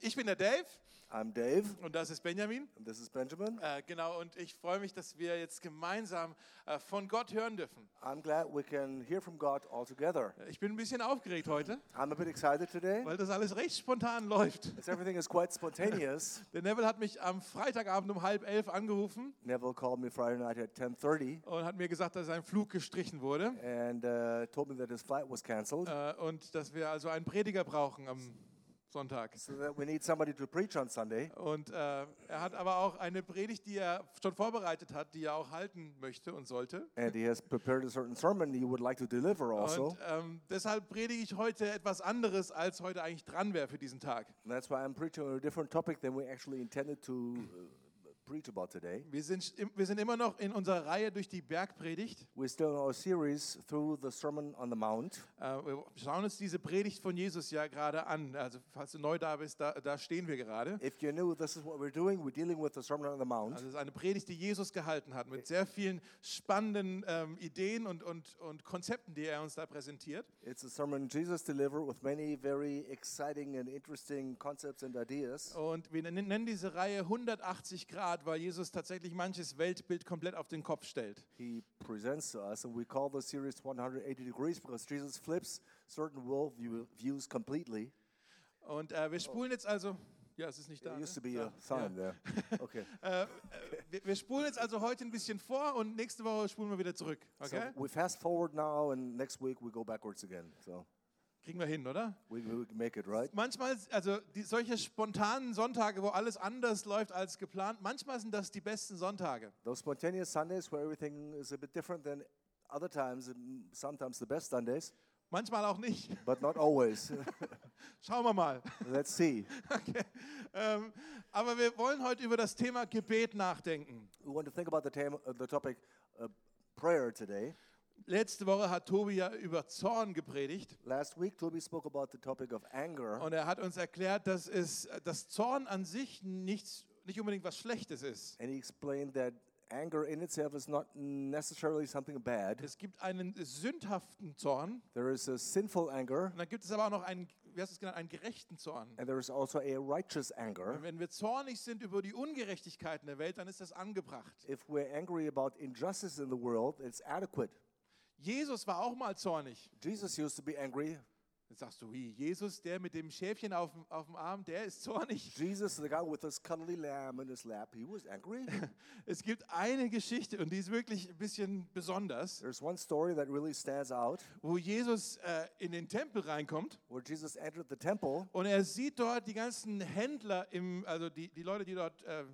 Ich bin der Dave I'm Dave, und das ist Benjamin. and this is Benjamin. Äh, genau, und ich freue mich, dass wir jetzt gemeinsam äh, von Gott hören dürfen. I'm glad we can hear from God all together. Ich bin ein bisschen aufgeregt heute, I'm a bit excited today, weil das alles recht spontan läuft. as everything is quite spontaneous. Der Neville hat mich am Freitagabend um halb elf angerufen Neville called me Friday night at 10:30 und hat mir gesagt, dass sein Flug gestrichen wurde and uh, told me that his flight was canceled, äh, und dass wir also einen Prediger brauchen am Sonntag. so that we need somebody to preach on Sunday. Und äh, er hat aber auch eine Predigt, die er schon vorbereitet hat, die er auch halten möchte und sollte. And he has prepared a certain sermon he would like to deliver also. Und ähm, deshalb predige ich heute etwas anderes, als heute eigentlich dran wäre für diesen Tag. And that's why I'm preaching on a different topic than we actually intended to uh, preach about today. Wir sind, wir sind immer noch in unserer Reihe durch die Bergpredigt. We're still in our series through the Sermon on the Mount. Äh, wir schauen uns diese Predigt von Jesus ja gerade an. Also falls du neu da bist, da, da stehen wir gerade. If you're new, this is what we're doing. We're dealing with the Sermon on the Mount. Also es ist eine Predigt, die Jesus gehalten hat, mit sehr vielen spannenden ähm, Ideen und, und, und Konzepten, die er uns da präsentiert. It's a sermon Jesus delivered with many very exciting and interesting concepts and ideas. Und wir nen- nennen diese Reihe 180 Grad, weil Jesus tatsächlich manches Weltbild komplett auf den Kopf stellt. He presents to us, and we call the series 180 Degrees because Jesus flips certain worldview views completely. Und äh, wir spulen jetzt also. Ja, es ist nicht da. There ne? used to be Da, a sign there. Okay. Äh, äh, wir, wir spulen jetzt also heute ein bisschen vor und nächste Woche spulen wir wieder zurück. So Okay? we fast forward now, and next week we go backwards again. So Kriegen wir hin, oder? we, we can make it right. Manchmal, also die, solche spontanen Sonntage, wo alles anders läuft als geplant, manchmal sind das die besten Sonntage. Those spontaneous Sundays where everything is a bit different than other times, and sometimes the best Sundays, Manchmal auch nicht. but not always. Schauen wir mal. Let's see. Okay. Ähm, aber wir wollen heute über das Thema Gebet nachdenken. We want to think about the, tam- uh, the topic uh, prayer today. Letzte Woche hat Tobi ja über Zorn gepredigt Last week, Toby spoke about the topic of anger, und er hat uns erklärt, dass, es, dass Zorn an sich nichts, nicht unbedingt was Schlechtes ist. and he explained that anger in itself is not necessarily something bad. Es gibt einen sündhaften Zorn There is a sinful anger, und dann gibt es aber auch noch einen, wie hast du es genannt, einen gerechten Zorn. and there is also a righteous anger. Und wenn wir zornig sind über die Ungerechtigkeiten der Welt, dann ist das angebracht. If we're angry about injustice in the world, it's adequate. Jesus war auch mal zornig. Jesus used to be angry. Jetzt sagst du, wie, Jesus, der mit dem Schäfchen auf, dem- auf dem Arm, der ist zornig. Jesus, the guy with his cuddly lamb in his lap, he was angry. Es gibt eine Geschichte, und die ist wirklich ein bisschen besonders, There's one story that really stands out wo Jesus äh, in den Tempel reinkommt where Jesus entered the temple und er sieht dort die ganzen Händler, im, also die, die Leute, die dort äh,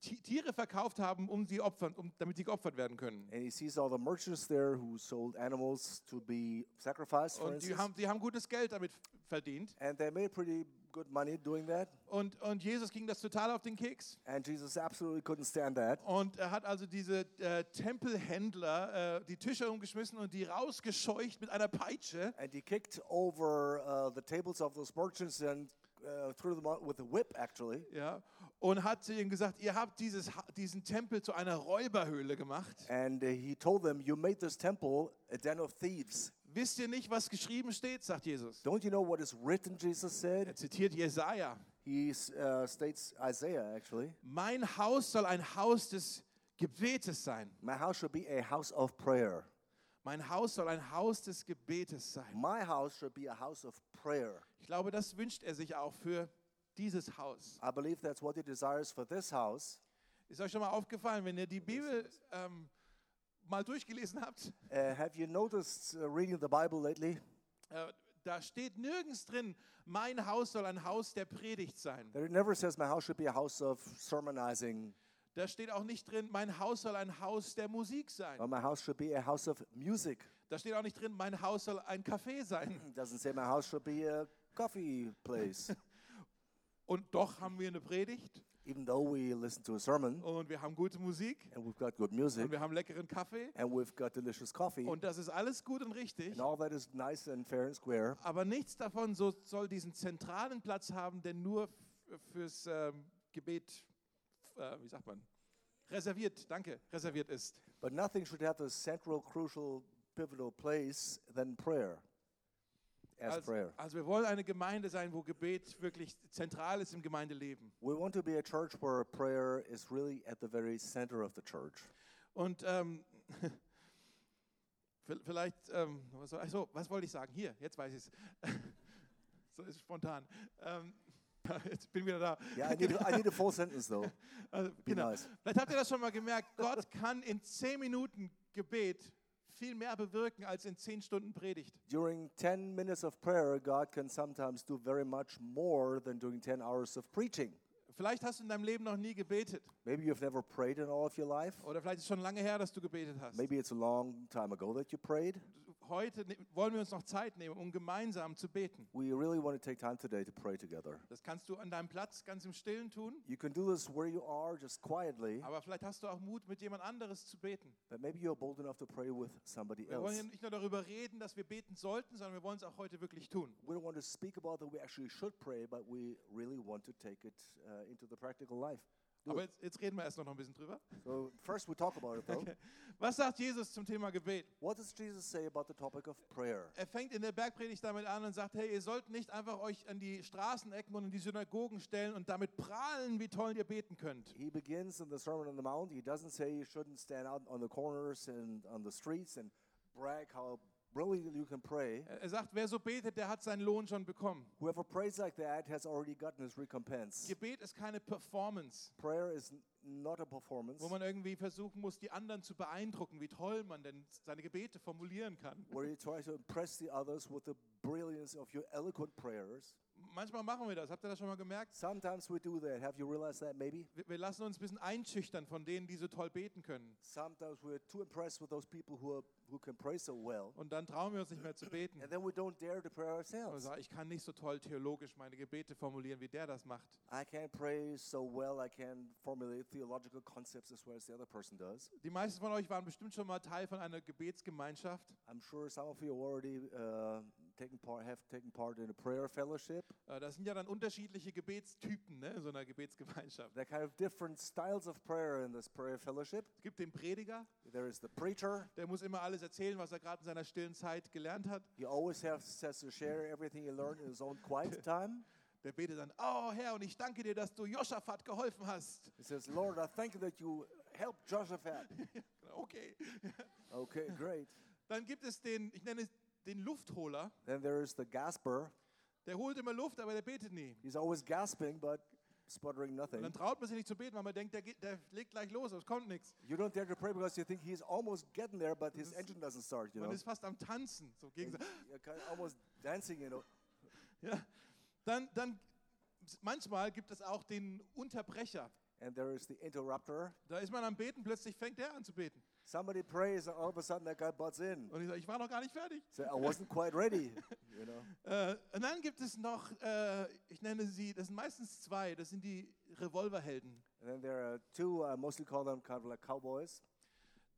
Ti- Tiere verkauft haben, um sie opfern, um, damit sie geopfert werden können. and he sees all the merchants there who sold animals to be sacrificed, for Und die instance. haben, die haben gutes Geld damit verdient. And they made pretty good money doing that. Und, und Jesus ging das total auf den Keks. And Jesus absolutely couldn't stand that. Und er hat also diese äh, Tempelhändler äh, die Tische umgeschmissen und die rausgescheucht mit einer Peitsche. And he kicked over uh, the tables of those merchants and uh, threw them out with a whip, actually. ja, und hat zu ihnen gesagt, ihr habt dieses, Ha- diesen Tempel zu einer Räuberhöhle gemacht. And uh, he told them, You made this temple a den of thieves. Wisst ihr nicht, was geschrieben steht, sagt Jesus. Don't you know what is written, Jesus said? Er zitiert Jesaja. He uh, states Isaiah, actually. Mein Haus soll ein Haus des Gebetes sein. My house shall be a house of prayer. Mein Haus soll ein Haus des Gebetes sein. My house shall be a house of prayer. Ich glaube, das wünscht er sich auch für dieses Haus. I believe that's what he desires for this house. Ist euch schon mal aufgefallen, wenn ihr die Bibel ähm, mal durchgelesen habt, Uh, have you noticed uh, reading the Bible lately? äh, da steht nirgends drin, mein Haus soll ein Haus der Predigt sein. That it never says my house should be a house of sermonizing, Da steht auch nicht drin, mein Haus soll ein Haus der Musik sein. or my house should be a house of music. Da steht auch nicht drin, mein Haus soll ein Café sein. It doesn't say my house should be a coffee place, Und doch haben wir eine Predigt even though we listen to a sermon und wir haben gute Musik and we've got good und music wir haben leckeren Kaffee and we've got delicious coffee und das ist alles gut und richtig. and all that is nice and fair and square. Aber nichts davon so soll diesen zentralen Platz haben, der nur f- fürs ähm, Gebet, äh, wie sagt man, reserviert, danke, reserviert ist. But nothing should have the central, crucial, pivotal place than prayer. as Also, prayer. also wir wollen eine Gemeinde sein, wo Gebet wirklich zentral ist im Gemeindeleben. We want to be a church where prayer is really at the very center of the church. Und ähm, vi- vielleicht, ähm, was, soll, ach so, was wollte ich sagen? Hier, jetzt weiß ich es. so ist spontan. Ähm, jetzt bin ich wieder da. Yeah, I need, a, I need a full sentence though. Also, Be genau. nice. Vielleicht habt ihr das schon mal gemerkt, Gott kann in zehn Minuten Gebet viel mehr bewirken als in zehn Stunden Predigt. During 10 minutes of prayer, God can sometimes do very much more than during 10 hours of preaching. Vielleicht hast du in deinem Leben noch nie gebetet Maybe you've never prayed in all of your life. oder vielleicht ist es schon lange her, dass du gebetet hast. Maybe it's a long time ago that you prayed. Heute ne- wollen wir uns noch Zeit nehmen, um gemeinsam zu beten. We really want to take time today to pray together. Das kannst du an deinem Platz ganz im Stillen tun, You can do this where you are, just quietly, aber vielleicht hast du auch Mut, mit jemand anderes zu beten. but maybe you're bold enough to pray with somebody Wir wollen else. hier nicht nur darüber reden, dass wir beten sollten, sondern wir wollen es auch heute wirklich tun. We don't want to speak about that we actually should pray, but we really want to take it uh, into the practical life. Do Aber it. jetzt, jetzt reden wir erst noch ein bisschen drüber. So, first, we talk about it though. Was sagt Jesus zum Thema Gebet? What does Jesus say about the topic of prayer? Er fängt in der Bergpredigt damit an und sagt, hey, ihr sollt nicht einfach euch an die Straßenecken und in die Synagogen stellen und damit prahlen, wie toll ihr beten könnt. He begins in the Sermon on the Mount. He doesn't say you shouldn't stand out on the corners and on the streets and brag how brilliantly you can pray. Er er sagt, wer so betet, der hat seinen Lohn schon bekommen. Whoever prays like that has already gotten his recompense. Gebet ist keine Performance, Prayer is n- not a performance wo man irgendwie versuchen muss, die anderen zu beeindrucken, wie toll man denn seine Gebete formulieren kann. where you try to impress the others with the brilliance of your eloquent prayers. Manchmal machen wir das. Habt ihr das schon mal gemerkt? Sometimes we do that. Have you realized that maybe? Wir wir lassen uns ein bisschen einschüchtern von denen, die so toll beten können. Sometimes we're too impressed with those people who, are, who can pray so well, Und dann trauen wir uns nicht mehr zu beten. and then we don't dare to pray Und ourselves. sagen, ich kann nicht so toll theologisch meine Gebete formulieren, wie der das macht. I can't pray so well, I can formulate theological concepts as well as the other person does. Die meisten von euch waren bestimmt schon mal Teil von einer Gebetsgemeinschaft. I'm sure some of you already uh, taken part, have taken part in a prayer fellowship. Äh, Das sind ja dann unterschiedliche Gebetstypen ne, in so einer Gebetsgemeinschaft. There are kind of different styles of prayer in this prayer fellowship. Es gibt den Prediger, There is the preacher. der muss immer alles erzählen, was er gerade in seiner stillen Zeit gelernt hat. He always has, has to share everything he learned in his own quiet time. Der betet dann, oh Herr, und ich danke dir, dass du Josaphat geholfen hast. He says, Lord, I thank you that you helped Jehoshaphat. Genau, Okay. okay, great. Dann gibt es den, ich nenne es den Luftholer. Then there is the gasper. Der holt immer Luft, aber der betet nie. He's always gasping, but sputtering Und nothing. dann traut man sich nicht zu beten, weil man denkt, der, geht, der legt gleich los, aber es kommt nichts. You don't dare to pray because you think he's almost getting there, but his engine doesn't start, you know. Man ist fast am Tanzen. So gegen, And You're kind of almost dancing, you know. ja. dann, dann, manchmal gibt es auch den Unterbrecher. And there is the interrupter. Da ist man am Beten, plötzlich fängt der an zu beten. Somebody prays, and all of a sudden that guy butts in. Und ich sage, ich war noch gar nicht fertig. So I wasn't quite ready, you know. Äh, und dann gibt es noch, äh, ich nenne sie, das sind meistens zwei, das sind die Revolverhelden. And then there are two, I mostly call them kind of like cowboys.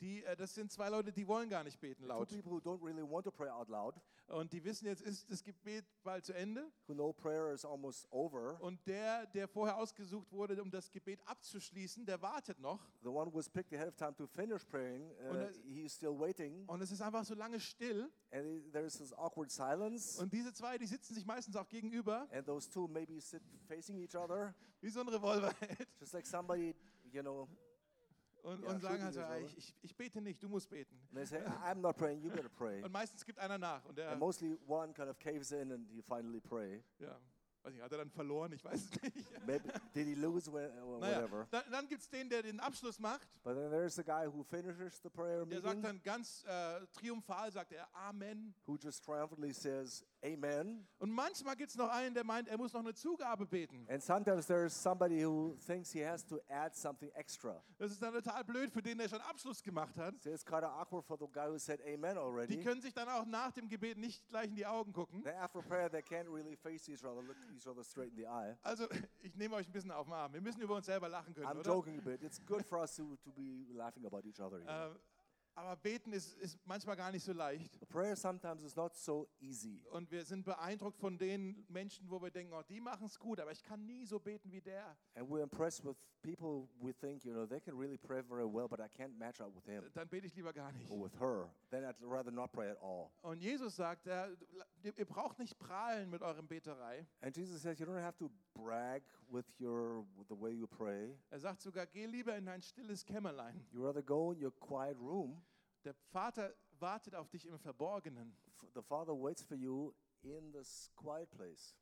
Die, äh, das sind zwei Leute, die wollen gar nicht beten Two laut. people who don't really want to pray out loud, Und die wissen, jetzt ist das Gebet bald zu Ende. who know prayer is almost over. Und der, der vorher ausgesucht wurde, um das Gebet abzuschließen, der wartet noch. The one who was picked ahead of time to finish praying, Und uh, das- he's still waiting. Und es ist einfach so lange still. And i- there's this awkward silence. Und diese zwei, die sitzen sich meistens auch gegenüber, And those two maybe sit facing each other, wie so ein Revolverheld. just like somebody, you know, Und, Ja, und sagen schuldig halt, so, ist, "Ah, oder?" ich, ich, ich bete nicht, du musst beten. and they say, I'm not praying, you better pray. Und meistens gibt einer nach. Und der, And mostly one kind of caves in and he finally pray. ja, weiß nicht, hat er dann verloren, ich weiß es nicht. Maybe did he lose wha- or Naja, whatever? dann, dann gibt es den, der den Abschluss macht. But then there's the guy who finishes the prayer Der sagt meeting, dann ganz äh, triumphal, sagt er, Amen. who just triumphantly says Amen. Und manchmal gibt es noch einen, der meint, er muss noch eine Zugabe beten. And sometimes there's somebody who thinks he has to add something extra. Das ist dann total blöd für den, der schon Abschluss gemacht hat. So it's kind of awkward for the guy who said Amen Die already. können sich dann auch nach dem Gebet nicht gleich in die Augen gucken. Then after prayer, they can't really face each other, look each other straight in the eye. Also, ich nehme euch ein bisschen auf den Arm. Wir müssen über uns selber lachen können, I'm oder? joking a bit. It's good for us to, to be laughing about each other. you know. Ähm, Aber beten ist, ist manchmal gar nicht so leicht. Prayer sometimes is not so easy. Und wir sind beeindruckt von den Menschen, wo wir denken, oh, die machen es gut, aber ich kann nie so beten wie der. And we're impressed with people we think, you know, they can really pray very well, but I can't match up with him Dann bete ich lieber gar nicht. or with her. Then I'd rather not pray at all. Und Jesus sagt, ja, ihr braucht nicht prahlen mit eurem Beterei. And Jesus says, you don't have to brag with your with the way you pray. Er sagt sogar, geh lieber in dein stilles Kämmerlein. You rather go in your quiet room. Der Vater wartet auf dich im Verborgenen F- The Father waits for you in this quiet place,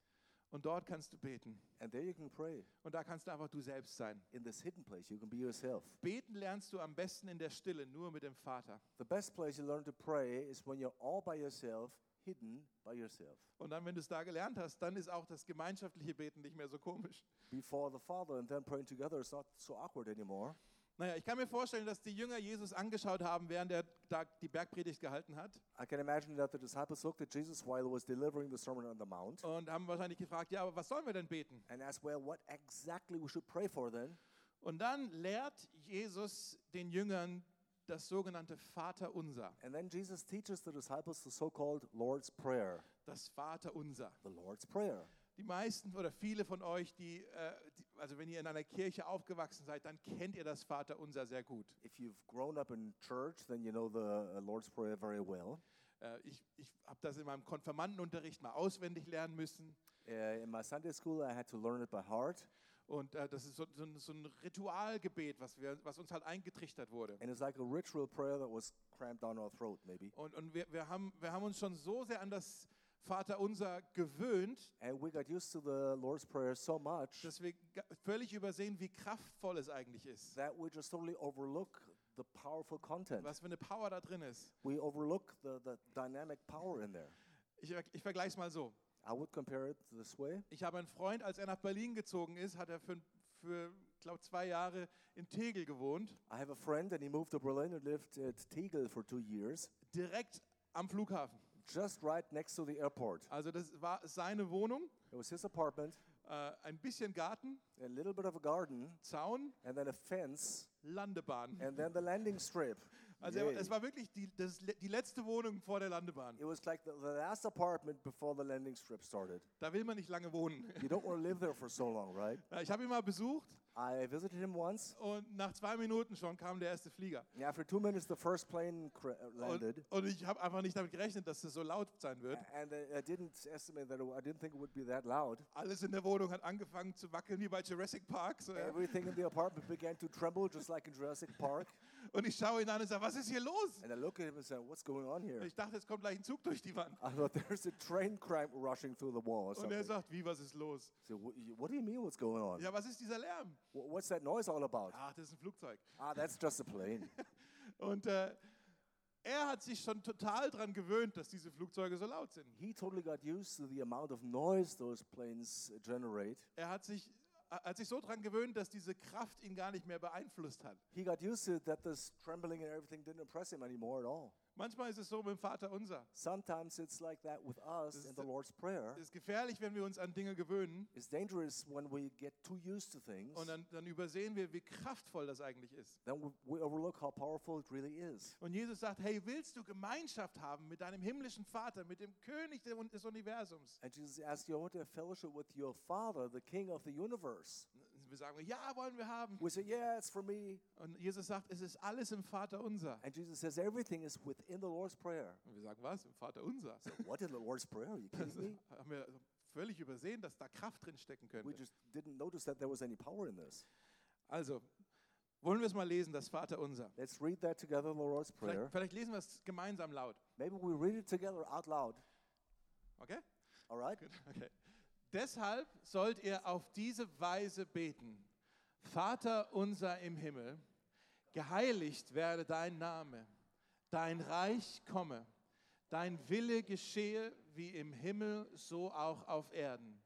und dort kannst du beten. and there you can pray. Und da kannst du einfach du selbst sein. In this hidden place, you can be yourself. Beten lernst du am besten in der Stille, nur mit dem Vater. The best place you learn to pray is when you're all by yourself, hidden by yourself, Und dann, wenn du es da gelernt hast, dann ist auch das gemeinschaftliche Beten nicht mehr so komisch. before the Father, and then praying together is not so awkward anymore. Naja, ich kann mir vorstellen, dass die Jünger Jesus angeschaut haben, während er da die Bergpredigt gehalten hat I can imagine that the disciples looked at Jesus while he was delivering the Sermon on the Mount und haben wahrscheinlich gefragt, ja, aber was sollen wir denn beten? and asked, well, what exactly we should pray for then? Und dann lehrt Jesus den Jüngern das sogenannte Vaterunser. And then Jesus teaches the disciples the so called Lord's Prayer. Das Vaterunser. The Lord's Prayer. Die meisten oder viele von euch, die, äh, die, also wenn ihr in einer Kirche aufgewachsen seid, dann kennt ihr das Vaterunser sehr gut. If you've grown up in church, then you know the uh, Lord's Prayer very well. Äh, ich ich habe das in meinem Konfirmandenunterricht mal auswendig lernen müssen. Uh, in my Sunday school, I had to learn it by heart. Und äh, das ist so, so, ein- so ein Ritualgebet, was, wir, was uns halt eingetrichtert wurde. And it's like a ritual prayer that was crammed down our throat, maybe. Und, und wir, wir, haben, wir haben uns schon so sehr an das Vaterunser gewöhnt, And we got used to the Lord's Prayer so much dass wir ga- völlig übersehen, wie kraftvoll es eigentlich ist. that we just totally overlook the powerful content. Was für eine Power da drin ist. We overlook the, the dynamic power in there. Ich, ver- ich vergleiche es mal so. I would compare it this way. Ich habe einen Freund, als er nach Berlin gezogen ist, hat er für, für glaube zwei Jahre in Tegel gewohnt, I have a friend, and he moved to Berlin and lived at Tegel for two years, direkt am Flughafen. just right next to the airport. Also das war seine Wohnung, It was his apartment, äh, ein bisschen Garten, a little bit of a garden, Zaun, and then a fence, Landebahn. and then the landing strip. Also er, Yay. es war wirklich die, das, le- die letzte Wohnung vor der Landebahn. It was like the, the last apartment before the landing strip started. Da will man nicht lange wohnen. You don't want to live there for so long, right? Ja, Ich habe ihn mal besucht I visited him once, und nach zwei Minuten schon kam der erste Flieger. and after two minutes, the first plane cra- uh, landed. Und, und ich habe einfach nicht damit gerechnet, dass das so laut sein wird. a- And I- I didn't estimate that it, w- I didn't think it would be that loud. Alles in der Wohnung hat angefangen zu wackeln wie bei Jurassic Park. So, ja. Everything in the apartment began to tremble, just like in Jurassic Park. Und ich schaue ihn an und sage, was ist hier los? And I look at him and say, "What's going on here?" Ich dachte, es kommt gleich ein Zug durch die Wand. I thought there's a train crime rushing through the wall or Und something. er sagt, wie, was ist los? So, "Wha- you- what do you mean? What's going on? Ja, was ist dieser Lärm? Wha- What's that noise all about? Ach, das ist ein Flugzeug. Ah, that's just a plane. Und äh, er hat sich schon total dran gewöhnt, dass diese Flugzeuge so laut sind. he totally got used to the amount of noise those planes uh, generate. Er hat sich, er hat sich so dran gewöhnt, dass diese Kraft ihn gar nicht mehr beeinflusst hat. He got used to it that this trembling and everything didn't impress him anymore at all. Manchmal ist es so mit dem Vater unser. Sometimes it's like that with us This in is the the- Lord's Prayer. Es ist gefährlich, wenn wir uns an Dinge gewöhnen It's dangerous when we get too used to things. und dann, dann übersehen wir, wie kraftvoll das eigentlich ist. then we, we overlook how powerful it really is. Und Jesus sagt, hey, willst du Gemeinschaft haben mit deinem himmlischen Vater, mit dem König der- des Universums? And Jesus asked you, I want to have fellowship with your Father, the King of the universe. Wir sagen, ja, wollen wir haben. We say, Yeah, it's for me. Und Jesus sagt, es ist alles im Vater unser. And Jesus says, Everything is within the Lord's Prayer. Und wir sagen, was? Im Vater unser? What in the Lord's Prayer? Are you kidding me? Haben wir völlig übersehen, dass da Kraft drin stecken We könnte. just didn't notice that there was any power in this. Also, wollen wir es mal lesen, das Vater unser. Let's read that together, the Lord's Prayer. Vielleicht, vielleicht lesen wir es gemeinsam laut. Maybe we read it together out loud. Okay? All right? Gut, okay. Deshalb sollt ihr auf diese Weise beten. Vater unser im Himmel, geheiligt werde dein Name, dein Reich komme, dein Wille geschehe wie im Himmel, so auch auf Erden.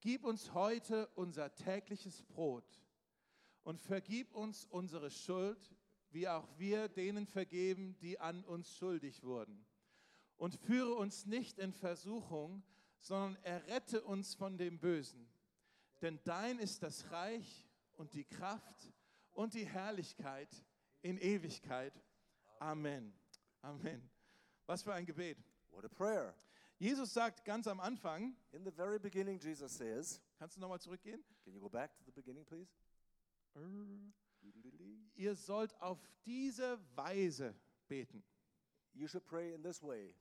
Gib uns heute unser tägliches Brot und vergib uns unsere Schuld, wie auch wir denen vergeben, die an uns schuldig wurden und führe uns nicht in Versuchung, sondern errette uns von dem Bösen. Denn dein ist das Reich und die Kraft und die Herrlichkeit in Ewigkeit. Amen. Amen. Was für ein Gebet. What a prayer. Jesus sagt ganz am Anfang, In the very beginning, Jesus says, kannst du nochmal zurückgehen? Can you go back to the beginning, please? Ihr sollt auf diese Weise beten. You should pray in this way.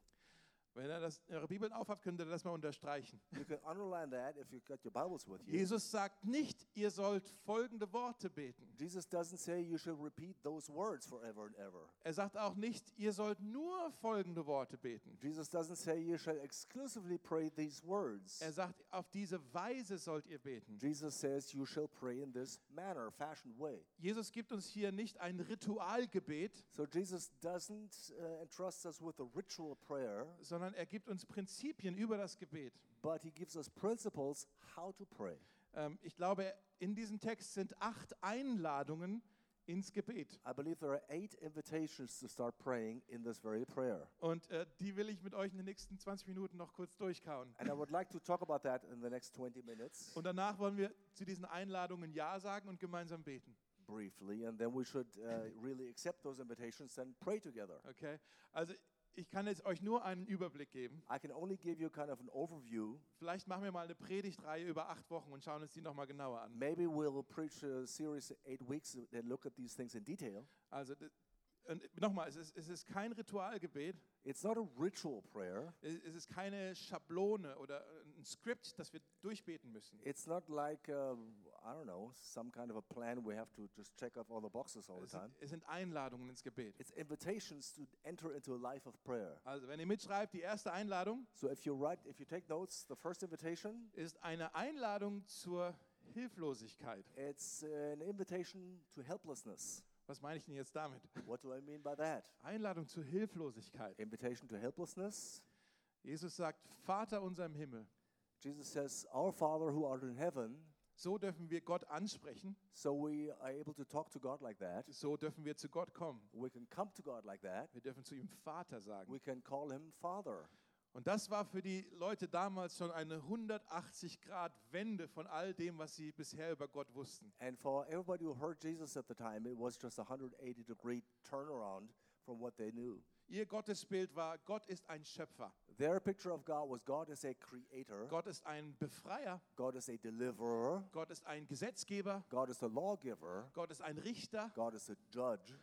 Wenn ihr das, eure Bibeln aufhabt, könnt ihr das mal unterstreichen. You can underline that if you've got your Bibles with you. Jesus sagt nicht, ihr sollt folgende Worte beten. Jesus doesn't say you should repeat those words forever and ever. Er sagt auch nicht, ihr sollt nur folgende Worte beten. Jesus doesn't say you shall exclusively pray these words. Er sagt, auf diese Weise sollt ihr beten. Jesus says you shall pray in this manner, fashion, way. Jesus gibt uns hier nicht ein Ritualgebet, So Jesus doesn't uh, entrust us with a ritual prayer, sondern er gibt uns Prinzipien über das Gebet. but he gives us principles how to pray. Ähm, ich glaube, in diesem Text sind acht Einladungen ins Gebet. I believe there are eight invitations to start praying in this very prayer. Und äh, die will ich mit euch in den nächsten 20 Minuten noch kurz durchkauen. And I would like to talk about that in the next 20 minutes Und danach wollen wir zu diesen Einladungen Ja sagen und gemeinsam beten. briefly, and then we should uh, really accept those invitations and pray together. Okay? Also ich kann jetzt euch nur einen Überblick geben. I can only give you kind of an overview. Vielleicht machen wir mal eine Predigtreihe über acht Wochen und schauen uns die nochmal genauer an. Maybe we'll preach a series of eight weeks and look at these things in detail. Also d- und nochmal, es ist, es ist kein Ritualgebet, It's not a ritual prayer. es es ist keine Schablone oder ein Skript, das wir durchbeten müssen. It's not like um, I don't know some kind of a plan we have to just check off all the boxes all Es the time. sind, es sind Einladungen ins Gebet. It's invitations to enter into a life of prayer. Also wenn ihr mitschreibt, die erste Einladung So if you write, if you take notes, the first invitation, ist eine Einladung zur Hilflosigkeit. it's an invitation to helplessness. Was meine ich denn jetzt damit? What do I mean by that? Einladung zur Hilflosigkeit. Invitation to helplessness. Jesus sagt, Vater unser im Himmel, Jesus says, "Our Father who art in heaven." so dürfen wir Gott ansprechen, So we are able to talk to God like that. so dürfen wir zu Gott kommen. We can come to God like that. Wir dürfen zu ihm Vater sagen. We can call him Father. Und das war für die Leute damals schon eine 180-Grad-Wende von all dem, was sie bisher über Gott wussten. And for everybody who heard Jesus at the time, it was just a 180 degree turnaround from what they knew. Ihr Gottesbild war, Gott ist ein Schöpfer, Their picture of God was God as a creator, Gott ist ein Befreier, God as a deliverer, Gott ist ein Gesetzgeber, God as a lawgiver, Gott ist ein Richter, God as a judge.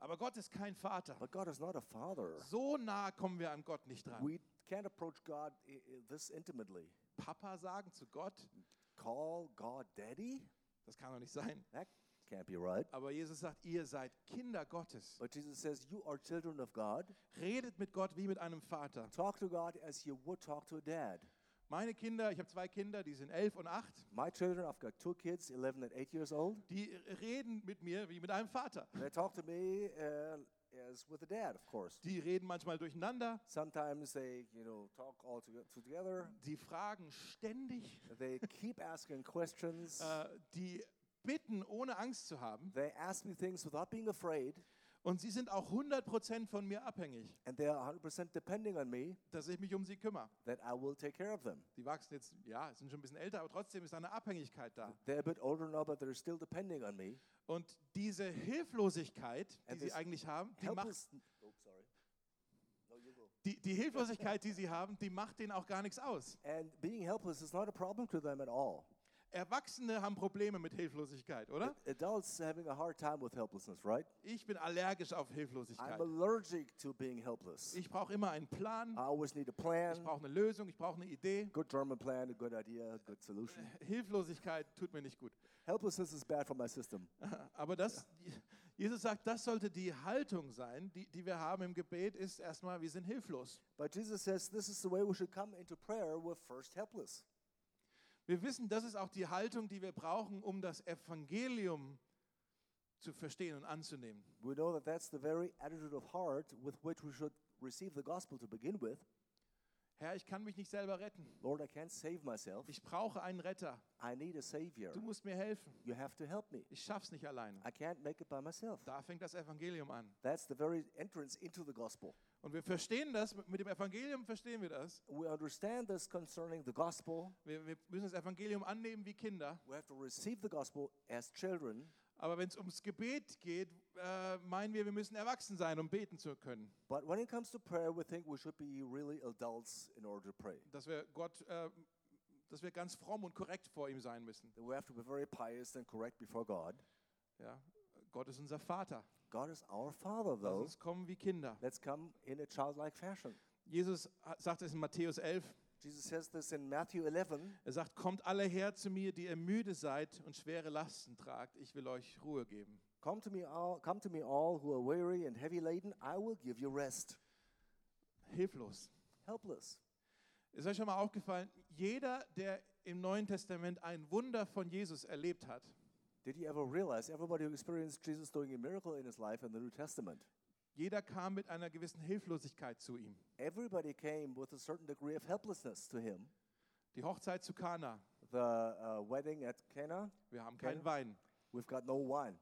aber Gott ist kein Vater. But God is not a father. So nah kommen wir an Gott nicht dran. We can't approach God i- i- this intimately. Papa sagen zu Gott, Call God daddy? das kann doch nicht sein. That can't be right. Aber Jesus sagt, ihr seid Kinder Gottes. But Jesus says, You are children of God. Redet mit Gott wie mit einem Vater. Talk to God as you would talk to a dad. Meine Kinder, ich habe zwei Kinder, die sind elf und acht, My children, I've got two kids, 11 and 8 years old. die reden mit mir wie mit einem Vater. They talk to me uh, as with a dad, of course. Die reden manchmal durcheinander, Sometimes they, you know, talk all toge- together. die fragen ständig, They keep asking questions. äh, die bitten, ohne Angst zu haben. They ask me things without being afraid, Und sie sind auch 100% von mir abhängig, and they are 100% depending on me dass ich mich um sie kümmere. that I will take care of them. Die wachsen jetzt, ja, sind schon ein bisschen älter, aber trotzdem ist da eine Abhängigkeit da. They're a bit older now, but they're still depending on me. Und diese Hilflosigkeit, die And sie this eigentlich haben, die macht, Helpless. Oh, sorry. No, you go. die, die Hilflosigkeit, die sie haben, die macht denen auch gar nichts aus. And being helpless is not a problem to them at all. Erwachsene haben Probleme mit Hilflosigkeit, oder? Adults having a hard time with helplessness, right? Ich bin allergisch auf I'm Hilflosigkeit. allergic to being helpless. Ich brauche immer einen Plan, I always need a plan. ich brauche eine Lösung, ich brauche eine Idee. Good German plan, a good idea, a good solution. Hilflosigkeit tut mir nicht gut. Helplessness is bad for my system. Aber das, Jesus sagt, das sollte die Haltung sein, die, die wir haben im Gebet, ist erstmal, wir sind hilflos. But Jesus says this is the way we should come into prayer. We're first helpless. Wir wissen, das ist auch die Haltung, die wir brauchen, um das Evangelium zu verstehen und anzunehmen. We know that that's the very attitude of heart with which we should receive the gospel to begin with. Herr, ich kann mich nicht selber retten. Lord, I can't save myself. Ich brauche einen Retter. I need a savior. Du musst mir helfen. You have to help me. Ich schaff's nicht alleine. I can't make it by myself. Da fängt das Evangelium an. That's the very entrance into the gospel. Und wir verstehen das, mit mit dem Evangelium verstehen wir das. We understand this concerning the gospel. Wir, wir müssen das Evangelium annehmen wie Kinder. We have to receive the gospel as children. Aber wenn es ums Gebet geht, äh, meinen wir, wir müssen erwachsen sein, um beten zu können. But when it comes to prayer, we think we should be really adults in order to pray. Dass wir Gott, äh, dass wir ganz fromm und korrekt vor ihm sein müssen. That we have to be very pious and correct before God. Ja? Gott ist unser Vater. God is our Father, Lass though. uns kommen wie Kinder. Let's come in a childlike fashion. Jesus hat- sagt es in Matthäus 11. Jesus says this in Matthew 11. Er sagt, kommt alle her zu mir, die ihr müde seid und schwere Lasten tragt. Ich will euch Ruhe geben. Come to me all, come to me all who are weary and heavy laden, I will give you rest. Hilflos. Helpless. Ist euch schon mal aufgefallen, jeder, der im Neuen Testament ein Wunder von Jesus erlebt hat, Did you ever realize everybody who experienced Jesus doing a miracle in his life in the New Testament? jeder kam mit einer gewissen Hilflosigkeit zu ihm. Everybody came with a certain degree of helplessness to him. Die Hochzeit zu Kana. The uh, wedding at Cana, Wir haben keinen Kana? Wein. we've got no wine.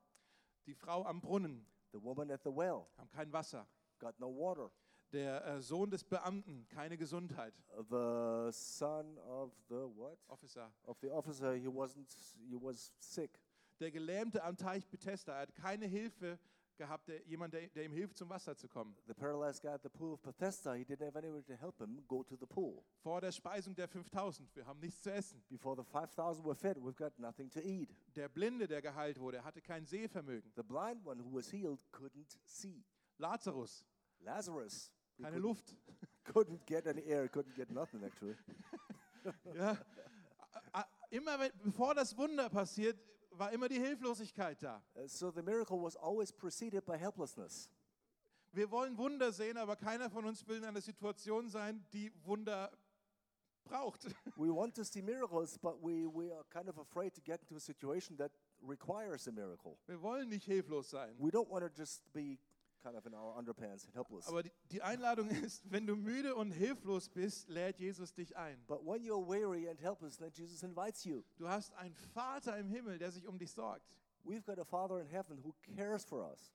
Die Frau am Brunnen. The woman at the well Wir haben kein Wasser. got no water. Der äh, Sohn des Beamten. Keine Gesundheit. The son of the what? Officer. Of the officer, he wasn't. He was sick. Der Gelähmte am Teich Bethesda. Er hat keine Hilfe gehabt. Der, jemand, der, der ihm hilft, zum Wasser zu kommen. The paralyzed guy at the pool of Bethesda, he didn't have anyone to help him go to the pool. Vor der Speisung der 5000. Wir haben nichts zu essen. Before the 5,000 were fed, we've got nothing to eat. Der Blinde, der geheilt wurde. Er hatte kein Sehvermögen. The blind one who was healed couldn't see. Lazarus. Lazarus he Keine couldn't- Luft. couldn't get any air, couldn't get nothing actually. Uh, Ja. A- a- Immer wenn, bevor das Wunder passiert, war immer die Hilflosigkeit da. Uh, so the miracle was always preceded by helplessness. Wir wollen Wunder sehen, aber keiner von uns will in einer Situation sein, die Wunder braucht. We want to see miracles, but we, we are kind of afraid to get into a situation that requires a miracle. Wir wollen nicht hilflos sein. We don't want to just be kind of in our underpants and helpless. Aber die- die Einladung ist, wenn du müde und hilflos bist, lädt Jesus dich ein. But when you're weary and helpless, then Jesus invites you. Du hast einen Vater im Himmel, der sich um dich sorgt. We've got a Father in heaven who cares for us.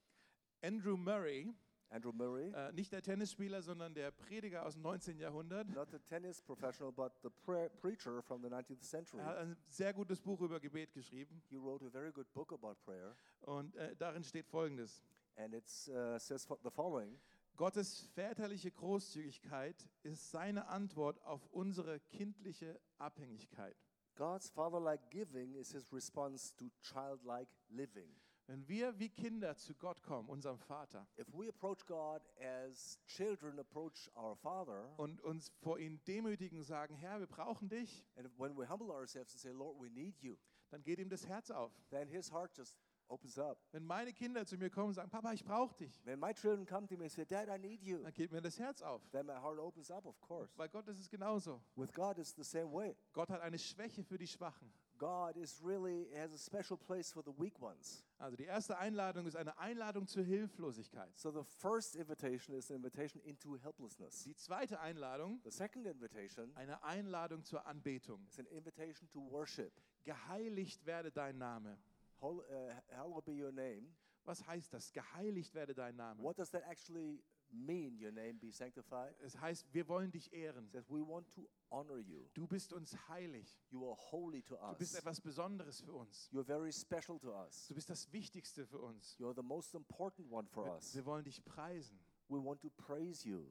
Andrew Murray, Andrew Murray, äh, nicht der Tennisspieler, sondern der Prediger aus dem 19. Jahrhundert, not the tennis professional, but the pre- preacher from the 19th century. er hat ein sehr gutes Buch über Gebet geschrieben. He wrote a very good book about prayer, Und äh, darin steht Folgendes. and it uh, says fo- the following. Gottes väterliche Großzügigkeit ist seine Antwort auf unsere kindliche Abhängigkeit. God's fatherlike giving is his response to childlike living. Wenn wir wie Kinder zu Gott kommen, unserem Vater, If we approach God as children approach our Father, und uns vor ihn demütigen und sagen, Herr, wir brauchen dich, and when we humble ourselves and say, Lord, we need you, dann geht ihm das Herz auf. then his heart just opens up. Wenn meine Kinder zu mir kommen und sagen, Papa, ich brauche dich, When my children come to me and say, Dad, I need you, dann geht mir das Herz auf. then my heart opens up, of course. Bei Gott ist es genauso. With God, it's the same way. Gott hat eine Schwäche für die Schwachen. God is really has a special place for the weak ones. Also die erste Einladung ist eine Einladung zur Hilflosigkeit. So the first invitation is an invitation into helplessness. Die zweite Einladung, The second invitation eine Einladung zur Anbetung. is an invitation to worship. Geheiligt werde dein Name. Hol- uh, Hallowed be your name. Was heißt das? Geheiligt werde dein Name. What does that actually mean? Your name be sanctified. Es heißt, wir wollen dich ehren. It says we want to honor you. Du bist uns heilig. You are holy to Du bist us. etwas Besonderes für uns. You're very special to us. Du bist das Wichtigste für uns. You're the most important one for Wir, us. wir wollen dich preisen. We want to praise you.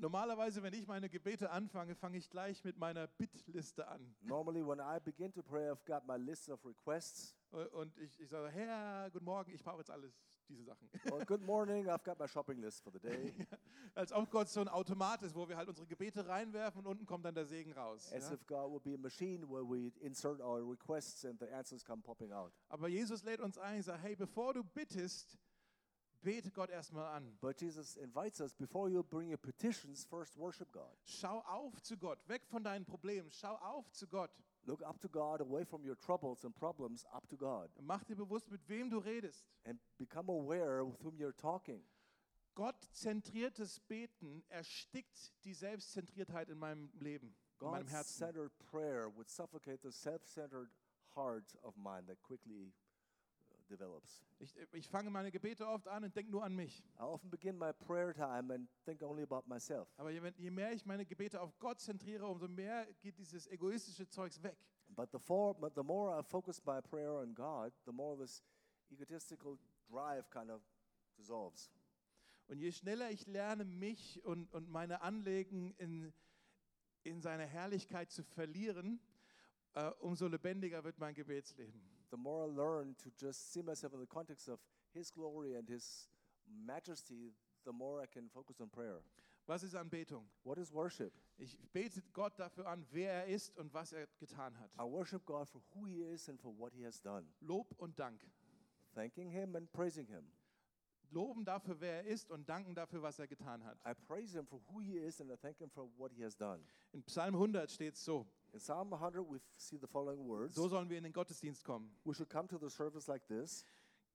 Normalerweise, wenn ich meine Gebete anfange, fange ich gleich mit meiner Bittliste an. Normally, when I begin to pray, I've got my list of requests. U- Äh, Und ich, ich sage, Herr, guten Morgen, ich brauche jetzt alles, diese Sachen. Well, good morning. I've got my shopping list for the day. Als ob Gott so ein Automat ist, wo wir halt unsere Gebete reinwerfen und unten kommt dann der Segen raus. As Ja? if God would be a machine where we insert our requests and the answers come popping out. Aber Jesus lädt uns ein und sagt, hey, bevor du bittest, bete Gott erstmal an. But Jesus invites us before you bring your petitions, first worship God. Schau auf zu Gott, weg von deinen Problemen, schau auf zu Gott. Look up to God, away from your troubles and problems, up to God. Mach dir bewusst, mit wem du redest. and become aware with whom you're talking. Gottzentriertes Beten erstickt die Selbstzentriertheit in meinem Leben, in meinem Herzen. God-centered prayer would suffocate the self-centered heart of mine that quickly uh, develops. Ich, ich fange meine Gebete oft an und denke nur an mich. I often begin my prayer time and think only about myself. Aber je, je mehr ich meine Gebete auf Gott zentriere, umso mehr geht dieses egoistische Zeugs weg. But the, for, but the more I focus my prayer on God, the more this egotistical drive kind of dissolves. Und je schneller ich lerne, mich und, und meine Anliegen in, in seiner Herrlichkeit zu verlieren, äh, umso lebendiger wird mein Gebetsleben. The more I learn to just see myself in the context of His glory and His majesty, the more I can focus on prayer. Was ist Anbetung? What is worship? Ich bete Gott dafür an, wer er ist und was er getan hat. I worship God for who He is and for what He has done, Lob und Dank. thanking Him and praising Him. Loben dafür, wer er ist und danken dafür, was er getan hat. I praise Him for who He is and I thank Him for what He has done. In Psalm 100 steht es so. In Psalm 100, we f- see the following words. So sollen wir in den Gottesdienst kommen. we should come to the service like this.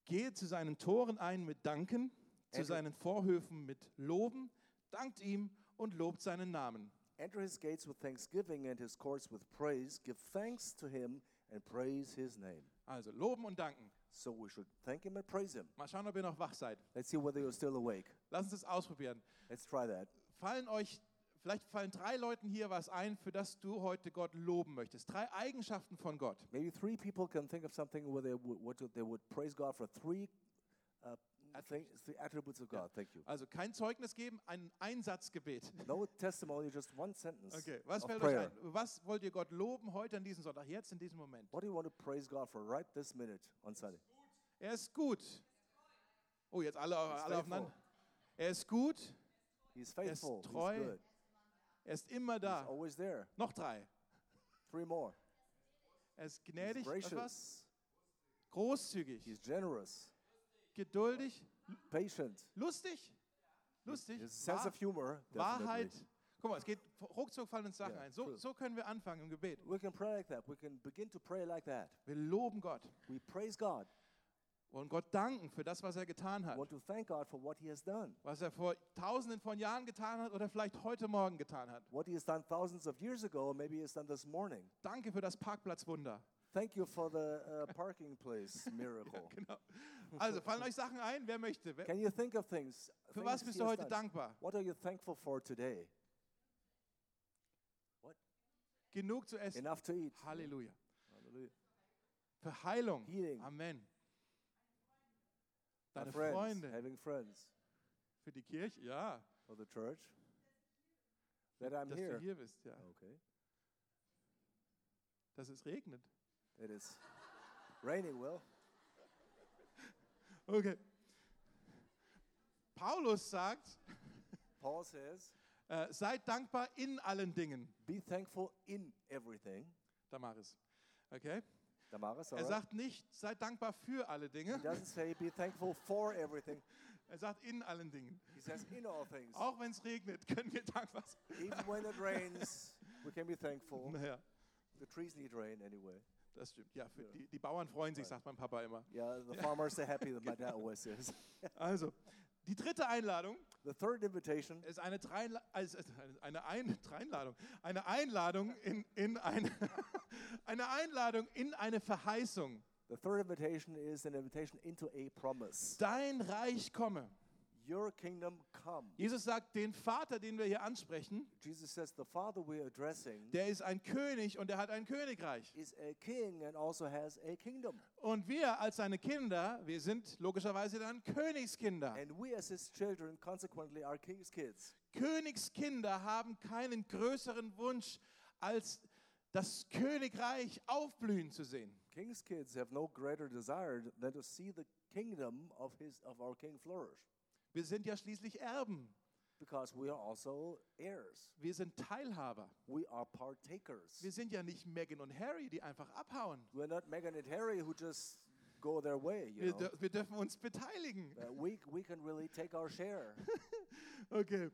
Gehe zu seinen Toren ein mit Danken, zu seinen Vorhöfen mit Loben, dankt ihm und lobt seinen Namen. Enter his gates with thanksgiving and his courts with praise. Give thanks to him and praise his name. Also loben und danken. So we should thank him and praise him. Mal schauen, ob ihr noch wach seid. Let's see whether you're still awake. Lass uns das ausprobieren. Let's try that. Fallen euch, vielleicht fallen drei Leuten hier was ein, für das du heute Gott loben möchtest. Drei Eigenschaften von Gott. Maybe three people can think of something where they would, what would- they would praise God for three uh, thing, three attributes of God. Thank you. Also kein Zeugnis geben, ein Einsatzgebet. No testimony, just one sentence Okay, was of fällt euch prayer. ein? Was wollt ihr Gott loben heute an diesem Sonntag, jetzt in diesem Moment? What do you want to praise God for right this minute on Sunday? Er ist gut. Oh, jetzt alle, alle faithful. aufeinander. Er ist gut, He's ist faithful. treu. He's good. er ist immer He's da. always there. Noch drei. Three more. Er ist He's gnädig, was, was? gracious. He's großzügig, generous. geduldig, Patient. lustig, lustig, His sense wahr- of humor. Wahrheit. definitely. Guck mal, es geht ruckzuck fallen uns Sachen Ja, ein. So, true. so können wir anfangen im Gebet. We can pray like that. We can begin to pray like that. Wir loben Gott We praise God. und Gott danken für das, was er getan We hat. want to thank God for what He has done. Was er vor tausenden von Jahren getan hat oder vielleicht heute Morgen getan hat. What He has done thousands of years ago, maybe He has done this morning. Danke für das Parkplatzwunder. Thank you for the uh, parking place miracle. Genau. Also fallen euch Sachen ein, wer möchte. Wer, Can you think of things? für things was He bist du has heute done? dankbar? What are you thankful for today? Genug zu essen. Enough to eat. Halleluja. Hallelujah. Für Heilung. Healing. Amen. My Deine friends, Freunde. Having friends. Für die Kirche, ja. For the church. That I'm dass here. Oh. du hier bist, ja. Okay. Dass es regnet. It is raining, Will. Okay. Paulus sagt, Paul says, äh, seid dankbar in allen Dingen, Be thankful in everything. Damaris. Okay? Damaris, Er alright? sagt nicht, seid dankbar für alle He Dinge. doesn't say be thankful for everything. Er sagt in allen Dingen. He says in all things. Auch wenn es regnet, können wir dankbar sein. Even when it rains, we can be thankful. Naja, The trees need rain anyway. das stimmt. Ja, für die, die Bauern freuen sich, sagt mein Papa immer. Yeah, the farmers are happy that my dad always says. Also, die dritte Einladung The third invitation ist eine, Dreinla also es ist eine- eine, Ein Dreinladung, eine Einladung in, in eine, eine Einladung in eine Verheißung. the third invitation is an invitation into a promise. Dein Reich komme. Your kingdom come. Jesus sagt, den Vater, den wir hier ansprechen, Jesus says the Father we're addressing der ist ein König und er hat ein Königreich. is a king and also has a kingdom. Und wir als seine Kinder, wir sind logischerweise dann Königskinder. And we as his children consequently are king's kids. Königskinder haben keinen größeren Wunsch, als das Königreich aufblühen zu sehen. King's kids have no greater desire than to see the kingdom of his of our king flourish. Wir sind ja schließlich Erben. because we are also heirs. Wir sind Teilhaber. We are partakers. Wir sind ja nicht Meghan und Harry, die einfach abhauen. We're not Meghan and Harry who just go their way, you Wir, know. dür- wir dürfen uns beteiligen. Uh, we, we can really take our share. Okay.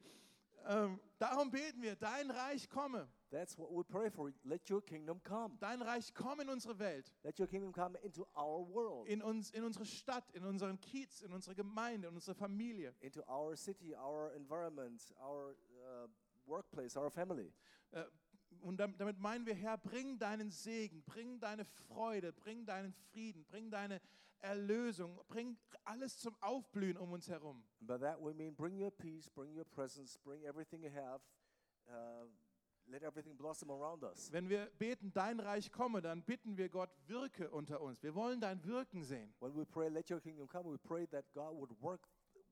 Ähm, darum beten wir, dein Reich komme. That's what we pray for. Let your kingdom come. Dein Reich komm in unsere Welt, Let your kingdom come into our world, in uns, in unsere Stadt, in unseren Kiez, in unsere Gemeinde, in unsere Familie. into our city, our environment, our uh, workplace, our family. Äh, Und dam- damit meinen wir, Herr, bring deinen Segen, bring deine Freude, bring deinen Frieden, bring deine Erlösung, bring alles zum Aufblühen um uns herum. And by that we mean bring your peace, bring your presence, bring everything you have. Uh, let everything blossom around us. Wenn wir beten, dein Reich komme, dann bitten wir Gott, wirke unter uns. Wir wollen dein Wirken sehen. When we pray, let your kingdom come, we pray that God would work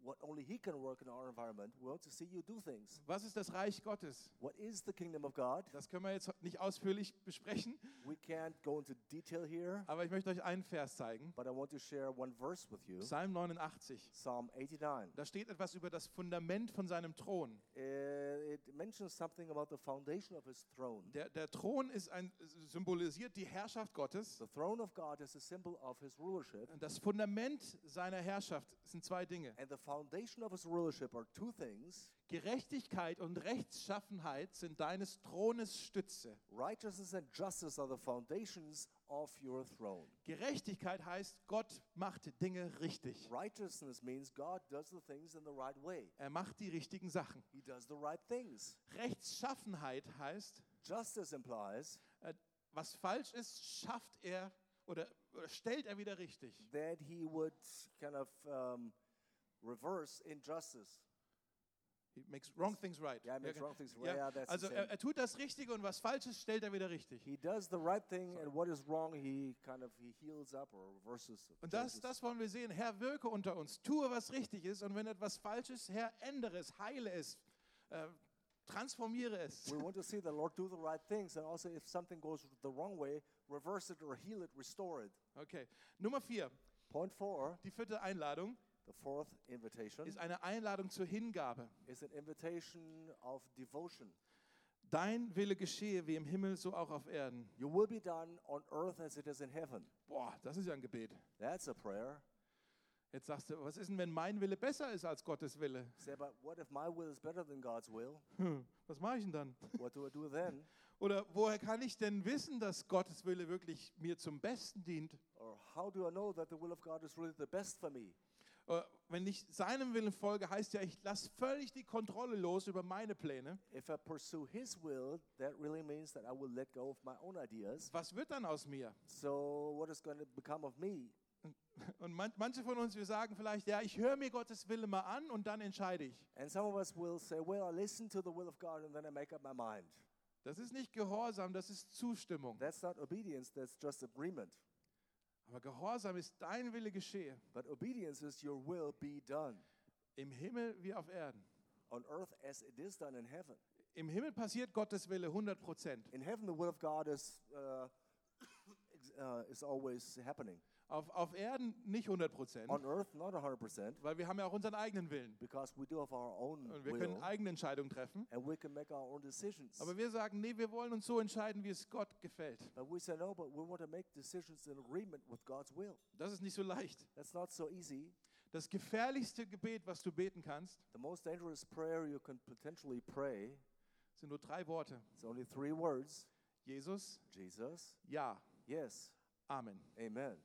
what only He can work in our environment. We want to see you do things. Was ist das Reich Gottes? What is the kingdom of God? Das können wir jetzt nicht ausführlich besprechen, We can't go into detail here, aber ich möchte euch einen Vers zeigen. but I want to share one verse with you Psalm 89. Psalm 89. Da steht etwas über das Fundament von seinem Thron. Uh, it mentions something about the foundation of His throne. Der, der Thron ist ein, symbolisiert die Herrschaft Gottes. The throne of God is a symbol of His rulership, Und das Fundament seiner Herrschaft sind zwei Dinge. and the foundation of His rulership are two things. Gerechtigkeit und Rechtschaffenheit sind deines Thrones Stütze. Righteousness and justice are the foundations of your throne. Gerechtigkeit heißt, Gott macht Dinge richtig. Righteousness means God does the things in the right way. Er macht die richtigen Sachen. He does the right things. Rechtschaffenheit heißt, Justice implies äh, was falsch ist, schafft er oder, oder stellt er wieder richtig. that he would kind of um, reverse injustice. He makes wrong things right. Yeah, he makes Ja, wrong things right. ja. Yeah, that's the also er, same. er tut das Richtige und was falsch ist, stellt er wieder richtig. He does the right thing, and what is wrong, he kind of he heals up or reverses. or Und das, changes. das wollen wir sehen. Herr, wirke unter uns, tue, was richtig ist. Und wenn etwas falsch ist, Herr, ändere es, heile es, äh, transformiere es. we want to see the Lord do the right things, and also if something goes the wrong way, reverse it or heal it, restore it. Okay. Nummer vier, Point four, die vierte Einladung the fourth invitation, ist eine Einladung zur Hingabe. is an invitation of devotion. Dein Wille geschehe wie im Himmel, so auch auf Erden. Your will be done on earth as it is in heaven. Boah, das ist ja ein Gebet. That's a prayer. Jetzt sagst du, was ist denn, wenn mein Wille besser ist als Gottes Wille? Say, but what if my will is better than God's will? Hm, was mache ich denn dann? What do I do then? Oder woher kann ich denn wissen, dass Gottes Wille wirklich mir zum Besten dient? Or how do I know that the will of God is really the best for me? Äh, Wenn ich seinem Willen folge, heißt ja, ich lasse völlig die Kontrolle los über meine Pläne. If I pursue His will, that really means that I will let go of my own ideas. Was wird dann aus mir? So, what is going to become of me? Und man, manche von uns, wir sagen vielleicht, ja, ich höre mir Gottes Wille mal an und dann entscheide ich. And some of us will say, Well, I listen to the will of God and then I make up my mind. Das ist nicht Gehorsam, das ist Zustimmung. That's not obedience, that's just agreement. Aber Gehorsam ist dein Wille geschehe, But obedience is your will be done im Himmel wie auf Erden. on earth as it is done in heaven. Im Himmel passiert Gottes Wille 100 Prozent. In heaven, the will of God is, uh, ex- uh, is always happening. Auf, auf Erden nicht 100 Prozent, On earth, not 100%, weil wir haben ja auch unseren eigenen Willen. because we do have our own Und wir können will eigene Entscheidungen treffen. and we can make our own decisions. Aber wir sagen, nee, wir wollen uns so entscheiden, wie es Gott gefällt. But we say, No, but we want to make decisions in agreement with God's will. Das ist nicht so leicht. That's not so easy. Das gefährlichste Gebet, was du beten kannst, The most dangerous prayer you can potentially pray, sind nur drei Worte. it's only three words Jesus, Jesus, ja, yes, Amen. amen.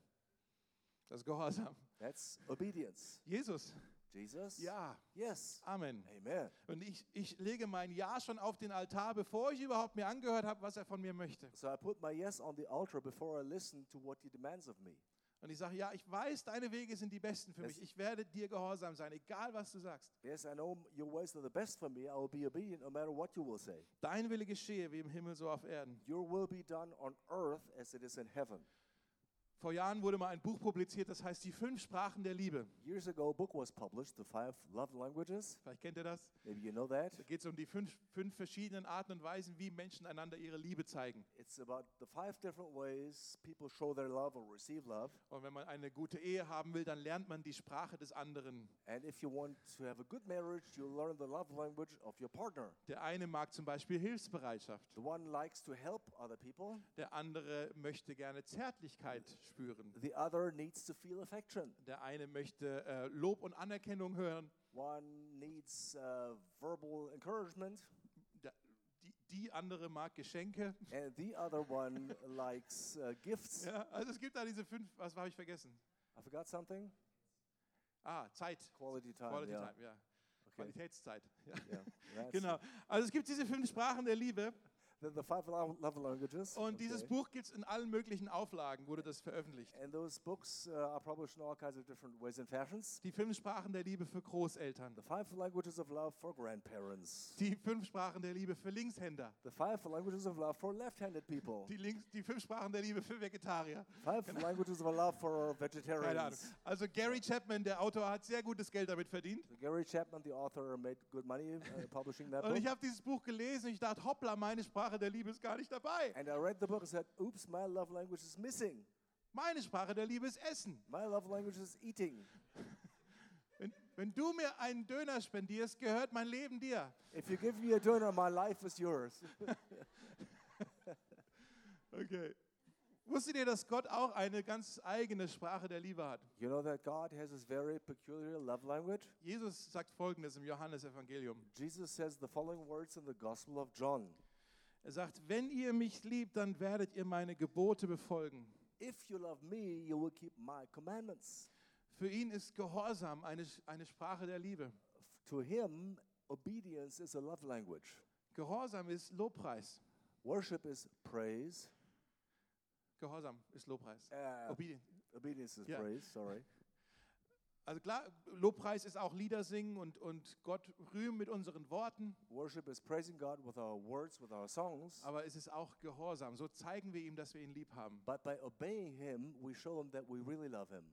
Das ist Gehorsam. That's obedience. Jesus, Jesus, ja, yes, Amen. amen. Und ich, ich lege mein Ja schon auf den Altar, bevor ich überhaupt mir angehört habe, was er von mir möchte. So I put my yes on the altar before I listen to what He demands of me. Und ich sage, ja, ich weiß, deine Wege sind die besten für mich. Ich werde dir gehorsam sein, egal was du sagst. Yes, I know your ways are the best for me. I will be obedient no matter what you will say. Dein Wille geschehe, wie im Himmel, so auf Erden. Your will be done on earth as it is in heaven. Vor Jahren wurde mal ein Buch publiziert, das heißt Die fünf Sprachen der Liebe. Years ago, a book was published, The Five Love Languages. Vielleicht kennt ihr das. Maybe you know that. Da geht es um die fünf, fünf verschiedenen Arten und Weisen, wie Menschen einander ihre Liebe zeigen. It's about the five different ways people show their love or receive love. Und wenn man eine gute Ehe haben will, dann lernt man die Sprache des anderen. And if you want to have a good marriage, you learn the love language of your partner. Der eine mag zum Beispiel Hilfsbereitschaft. The one likes to help other people, Der andere möchte gerne Zärtlichkeit spüren. the other needs to feel affection. Der eine möchte äh, Lob und Anerkennung hören. One needs uh, verbal encouragement, Der, die, die andere mag Geschenke. and the other one likes uh, gifts. Ja, also es gibt da diese fünf, was habe ich vergessen? I forgot something. Ah, Zeit. Quality time. Quality yeah. Time, ja. Qualitätszeit. Ja. Yeah, that's- Genau. Also es gibt diese fünf Sprachen der Liebe the, the five lo- love languages. Und dieses okay. Buch gibt es in allen möglichen Auflagen, wurde das veröffentlicht. And those books uh, are published in all kinds of different ways and fashions. Die fünf Sprachen der Liebe für Großeltern. The five languages of love for grandparents. Die fünf Sprachen der Liebe für Linkshänder. The five languages of love for left-handed people. Die, Links, die fünf Sprachen der Liebe für Vegetarier. Five languages of love for Keine Ahnung. vegetarians. Also Gary Chapman, der Autor, hat sehr gutes Geld damit verdient. Gary Chapman, the author, made good money uh, publishing that Und book. ich habe dieses Buch gelesen und ich dachte, hoppla, meine Sprache der Liebe ist gar nicht dabei. And I read the book and said, "Oops, my love language is missing. Meine Sprache der Liebe ist Essen. My love language is eating. Wenn, wenn du mir einen Döner spendierst, gehört mein Leben dir. If you give me a donor, my life is yours." Okay. Wusstet ihr, dass Gott auch eine ganz eigene Sprache der Liebe hat? You know that God has his very peculiar love language. Jesus sagt folgendes im Johannesevangelium. Jesus says the following words in the Gospel of John: Er sagt, wenn ihr mich liebt, dann werdet ihr meine Gebote befolgen. "If you love me, you will keep my commandments." Für ihn ist Gehorsam eine, eine Sprache der Liebe. To him, obedience is a love language. Gehorsam ist Lobpreis. Worship is praise. Gehorsam ist Lobpreis. Uh, Obedience. obedience is Yeah. praise. Sorry. Also klar, Lobpreis ist auch Lieder singen und, und Gott rühmen mit unseren Worten, Worship is praising God with our words, with our songs. aber es ist auch Gehorsam. So zeigen wir ihm, dass wir ihn lieb haben. But by obeying Him, we show Him that we really love Him.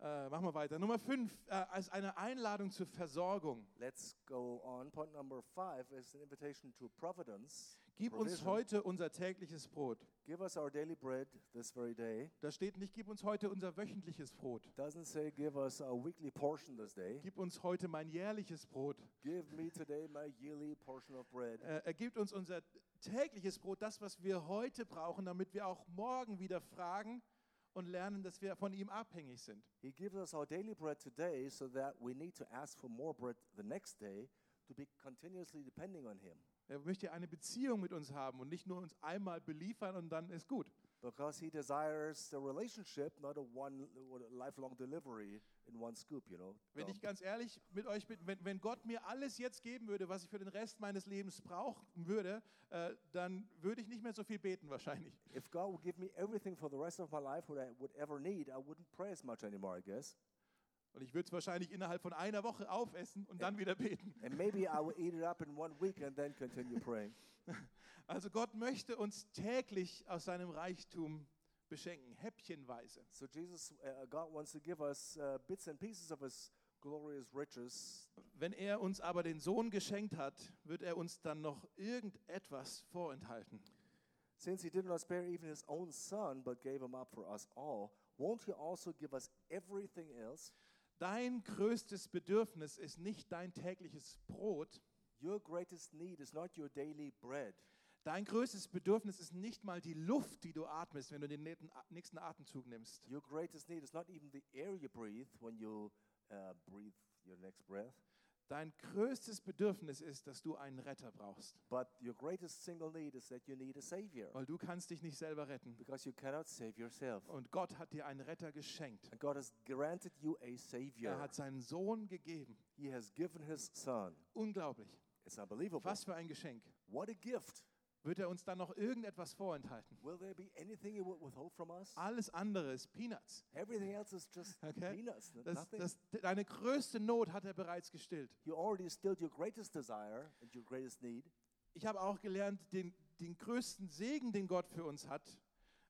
Äh, machen wir weiter. Nummer 5, äh, als eine Einladung zur Versorgung. Let's go on. Point number five is an invitation to providence. Gib uns Provision. heute unser tägliches Brot. Give us our daily bread this very day. Da steht nicht, gib uns heute unser wöchentliches Brot. Doesn't say give us our weekly portion this day. Gib uns heute mein jährliches Brot. Give me today my yearly portion of bread. Äh, er gibt uns unser tägliches Brot, das, was wir heute brauchen, damit wir auch morgen wieder fragen und lernen, dass wir von ihm abhängig sind. He gives us our daily bread today so that we need to ask for more bread the next day to be continuously depending on Him. Er möchte eine Beziehung mit uns haben und nicht nur uns einmal beliefern und dann ist gut. Because He desires a relationship, not a one what a lifelong delivery in one scoop, you know. Wenn dump. ich ganz ehrlich mit euch bin, wenn, wenn Gott mir alles jetzt geben würde, was ich für den Rest meines Lebens brauchen würde, äh, dann würde ich nicht mehr so viel beten wahrscheinlich. If God would give me everything for the rest of my life, what I would ever need, I wouldn't pray as much anymore, I guess. Und ich würde es wahrscheinlich innerhalb von einer Woche aufessen und dann wieder beten. And maybe I would eat it up in one week and then continue praying. Also Gott möchte uns täglich aus seinem Reichtum beschenken, häppchenweise. So Jesus, uh, God wants to give us uh, bits and pieces of His glorious riches. Wenn er uns aber den Sohn geschenkt hat, wird er uns dann noch irgendetwas vorenthalten. Since He did not spare even His own Son, but gave Him up for us all, won't He also give us everything else? Dein größtes Bedürfnis ist nicht dein tägliches Brot. Your greatest need is not your daily bread. Dein größtes Bedürfnis ist nicht mal die Luft, die du atmest, wenn du den nähten- nächsten Atemzug nimmst. Your greatest need is not even the air you breathe when you uh, breathe your next breath. Dein größtes Bedürfnis ist, dass du einen Retter brauchst, But your greatest single need is that you need a Savior. weil du kannst dich nicht selber retten. Because you cannot save yourself. Und Gott hat dir einen Retter geschenkt. And God has granted you a Savior. Er hat seinen Sohn gegeben. He has given His Son. Unglaublich. It's unbelievable. Was für ein Geschenk. What a gift. Wird er uns dann noch irgendetwas vorenthalten? Will there be anything He would withhold from us? Alles andere ist Peanuts. Everything else is just Okay. peanuts. n- Das, nothing. das, deine größte Not hat er bereits gestillt. you already stilled your greatest desire and your greatest need. Ich habe auch gelernt, den, den größten Segen, den Gott für uns hat,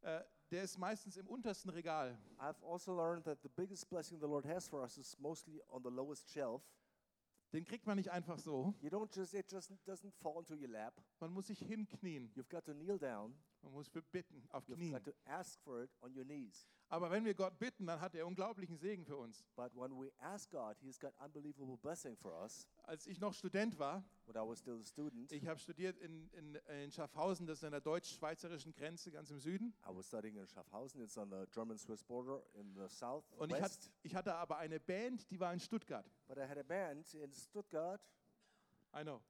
äh, der ist meistens im untersten Regal. I've also learned that the biggest blessing the Lord has for us is mostly on the lowest shelf. Den kriegt man nicht einfach so. You don't just it just doesn't fall into your lap. Man muss sich hinknien. You've got to kneel down. Man muss für bitten, auf You've Knien. got to ask for it on your knees. Aber wenn wir Gott bitten, dann hat er unglaublichen Segen für uns. But when we ask God, He's got unbelievable blessing for us. Als ich noch Student war, When I was still a student, ich habe studiert in, in, in Schaffhausen, das ist an der deutsch-schweizerischen Grenze ganz im Süden. I was studying in Schaffhausen. It's on the German-Swiss border in the Und ich, hat, southwest. ich hatte aber eine Band, die war in Stuttgart. But I had a band in Stuttgart. I know.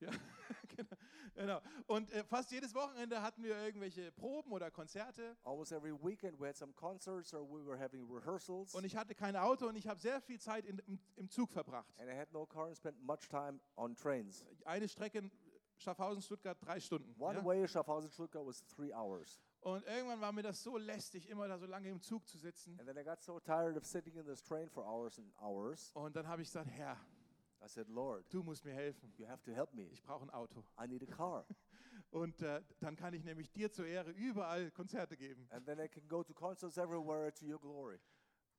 Ja, genau. genau. Und äh, fast jedes Wochenende hatten wir irgendwelche Proben oder Konzerte. Almost every weekend we had some concerts or we were having rehearsals. Und ich hatte kein Auto und ich habe sehr viel Äh. Zeit in, im, im Zug verbracht. And I had no car and spent much time on trains. Eine Strecke Schaffhausen, Stuttgart drei Stunden. One Eh, ja? way Schaffhausen Stuttgart was three hours. Und irgendwann war mir das so lästig, immer da so lange im Zug zu sitzen. And then I got so tired of sitting in this train for hours and hours. Und dann habe ich gesagt, Herr, I said, Lord, du musst mir helfen. you have to help me. Ich brauche ein Auto. I need a car. Und äh, dann kann ich nämlich dir zur Ehre überall Konzerte geben. and then I can go to concerts everywhere to your glory.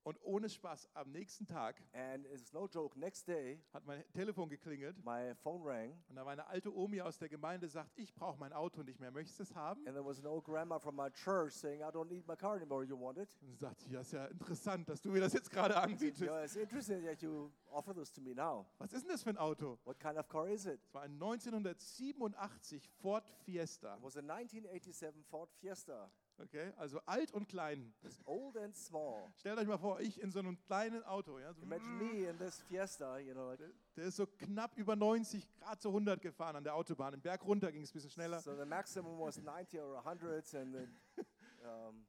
Und ohne Spaß, am nächsten Tag And it's no joke, next day, hat mein Telefon geklingelt my phone rang, und da war eine alte Omi aus der Gemeinde, sagt, ich brauche mein Auto nicht mehr, möchtest du es haben? and there was an old grandma from my church saying, I don't need my car anymore. You want it? Und sagt, ja, ist ja interessant, dass du mir das jetzt gerade anbietest. Yeah, it's interesting that you offer this to me now. Was ist denn das für ein Auto? What kind of car is it? Es war ein 1987 Ford Fiesta. It was a 1987 Ford Fiesta. Okay, also alt und klein. It's old and small. Stellt euch mal vor, ich in so einem kleinen Auto. Ja, so, Imagine me in this Fiesta, you know, like der ist so knapp über 90, gerade so 100 gefahren an der Autobahn. Den Berg runter ging es ein bisschen schneller. So the maximum was 90 or 100, and then um,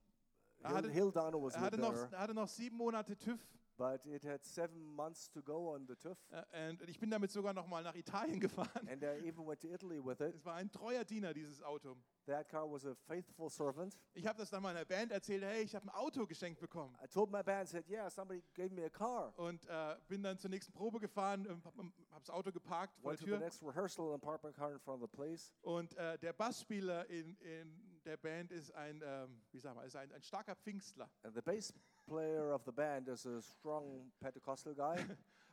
Er Hill, hatte- Hill Dano was Er a hatte bit noch, better, er hatte noch sieben Monate TÜV. but it had seven months to go on the TÜV, äh, Und ich bin damit sogar noch mal nach Italien gefahren. and I even went to Italy with it. Es war ein treuer Diener, dieses Auto. That car was a faithful servant. Ich habe das dann meiner Band erzählt, hey, ich habe ein Auto geschenkt bekommen. I told my band, said, "Yeah, somebody gave me a car." Und äh, bin dann zur nächsten Probe gefahren, ähm, habe das Auto geparkt vor Went der to Tür. the next rehearsal and parked my car in front of the place. Und äh, der Bassspieler in, in der Band ist ein, ähm, wie sag mal, ist ein, ein starker Pfingstler. And the bass player of the band is a strong Pentecostal guy.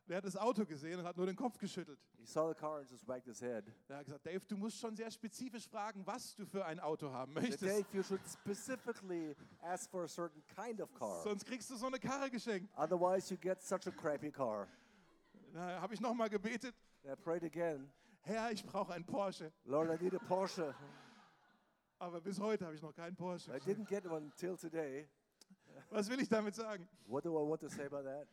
Der hat das Auto gesehen und hat nur den Kopf geschüttelt. he saw the car and just wagged his head. Er hat gesagt, Dave, du musst schon sehr spezifisch fragen, was du für ein Auto haben Said, Dave, möchtest. you should specifically ask for a certain kind of car. Sonst kriegst du so eine Karre geschenkt. Otherwise, you get such a crappy car. Da habe ich nochmal gebetet, And I prayed again, Herr, ich brauche einen Porsche. Lord, I need a Porsche. Aber bis heute habe ich noch keinen Porsche. I didn't get one till today. Was will ich damit sagen? What do I want to say about that?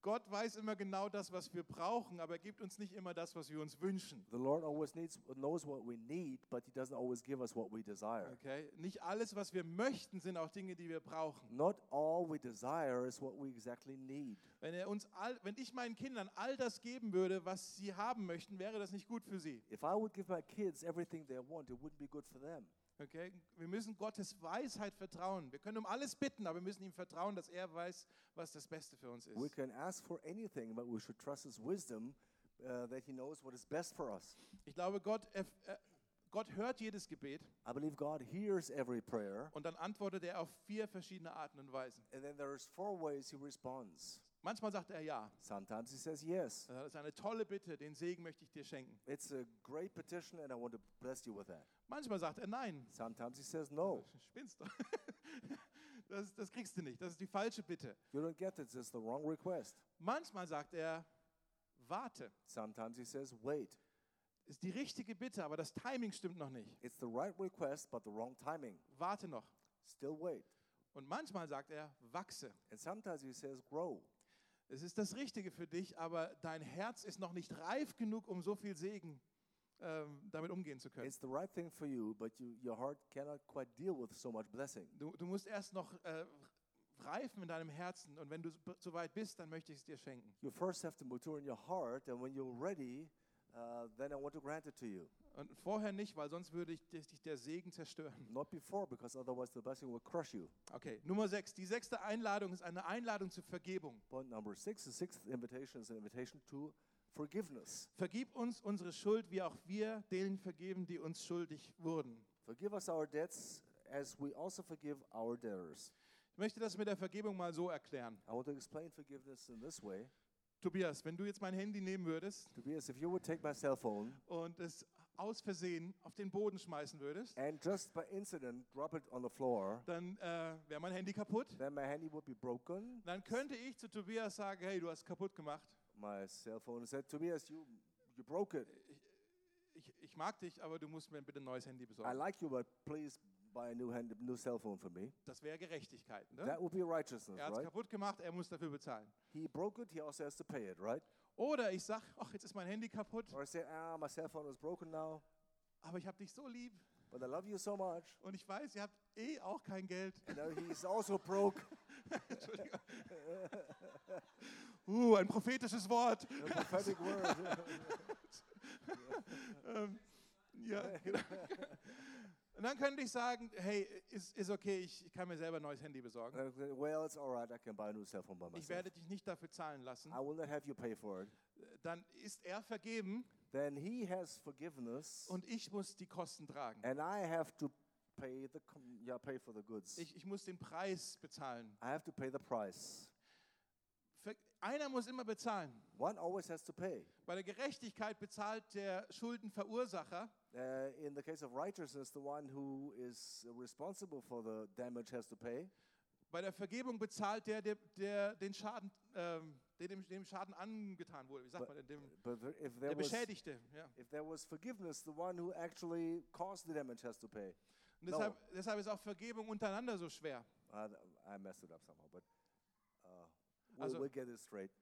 Gott weiß immer genau das, was wir brauchen, aber er gibt uns nicht immer das, was wir uns wünschen. The Lord always needs, knows what we need, but He doesn't always give us what we desire. Okay? Nicht alles, was wir möchten, sind auch Dinge, die wir brauchen. Not all we desire is what we exactly need. Wenn, er uns all, wenn ich meinen Kindern all das geben würde, was sie haben möchten, wäre das nicht gut für sie. If I would give my kids everything they want, it wouldn't be good for them. Okay? Wir müssen Gottes Weisheit vertrauen. Wir können um alles bitten, aber wir müssen ihm vertrauen, dass er weiß, was das Beste für uns We ist. can ask for anything, but we should trust His wisdom uh, that He knows what is best for us. Ich glaube, Gott, erf- äh, Gott hört jedes Gebet I believe God hears every prayer, und dann antwortet er auf vier verschiedene Arten und Weisen. and then there's four ways He responds. Manchmal sagt er ja. Sometimes He says yes. Das ist eine tolle Bitte, den Segen möchte ich dir schenken. It's a great petition, and I want to bless you with that. Manchmal sagt er nein. Sometimes he says, No, Spinnst du? Das, das kriegst du nicht. Das ist die falsche Bitte. you don't get it. It's the wrong request. Manchmal sagt er, warte. Sometimes he says, Wait. Ist die richtige Bitte, aber das Timing stimmt noch nicht. It's the right request, but the wrong timing. Warte noch. Still wait. Und manchmal sagt er, wachse. And sometimes he says, Grow. Es ist das Richtige für dich, aber dein Herz ist noch nicht reif genug, um so viel Segen ähm, damit umgehen zu können. It's the right thing for you, but you, your heart cannot quite deal with so much blessing. Du, du musst erst noch äh, reifen in deinem Herzen und wenn du so- so weit bist, dann möchte ich es dir schenken. You first have to mature in your heart, and when you're ready, uh, then I want to grant it to you. Und vorher nicht, weil sonst würde ich dich dich der Segen zerstören. Not before, because otherwise the blessing will crush you. Okay, Nummer 6. Die sechste Einladung ist eine Einladung zur Vergebung. Point number six, the sixth invitation is an invitation to forgiveness. Vergib uns unsere Schuld, wie auch wir denen vergeben, die uns schuldig wurden. Forgive us our debts as we also forgive our debtors. Ich möchte das mit der Vergebung mal so erklären. I want to explain forgiveness in this way. Tobias, wenn du jetzt mein Handy nehmen würdest Tobias, if you would take my cell phone und es aus Versehen auf den Boden schmeißen würdest, and just by incident drop it on the floor, dann äh, wäre mein Handy kaputt. then my handy would be broken. Dann könnte ich zu Tobias sagen, hey, du hast kaputt gemacht. My cell phone said, Tobias, you, you broke it. Ich, ich mag dich, aber du musst mir bitte ein neues Handy I besorgen. like you, but please buy a new, hand, new cell phone for me. Das wäre Gerechtigkeit. Ne? That would be righteousness, Er hat es right? kaputt gemacht, er muss dafür bezahlen. He broke it, he also has to pay it, right? Oder ich sage, ach, jetzt ist mein Handy kaputt, Or I say, ah, my cell phone is broken now, aber ich habe dich so lieb but I love you so much. und ich weiß, ihr habt eh auch kein Geld. And now he's also broke. Entschuldigung. Uh, ein prophetisches Wort. A prophetic word. Ähm, Ja, genau. Und dann könnte ich sagen, hey, ist, ist okay, ich, ich kann mir selber ein neues Handy besorgen. And I say, well, it's all right. I can buy a new cell phone by Ich myself. werde dich nicht dafür zahlen lassen. I will not have you pay for it. Dann ist er vergeben Then he has forgiveness, und ich muss die Kosten tragen. and I have to pay the com- yeah pay for the goods. Ich, ich muss den Preis bezahlen. I have to pay the price. Ver- Einer muss immer bezahlen. One always has to pay. Bei der Gerechtigkeit bezahlt der Schuldenverursacher Uh, in the case of righteousness, the one who is responsible for the damage has to pay. Bei der Vergebung bezahlt der, der, der den Schaden, ähm, der dem, dem Schaden angetan wurde. Wie sagt man denn? Dem, But th- if there der was Beschädigte. Ja. if there was forgiveness, the one who actually caused the damage has to pay. Und deshalb, deshalb ist auch Vergebung untereinander so schwer. Uh, th- I messed it up somehow, but uh, Also- we'll, we'll get it straight.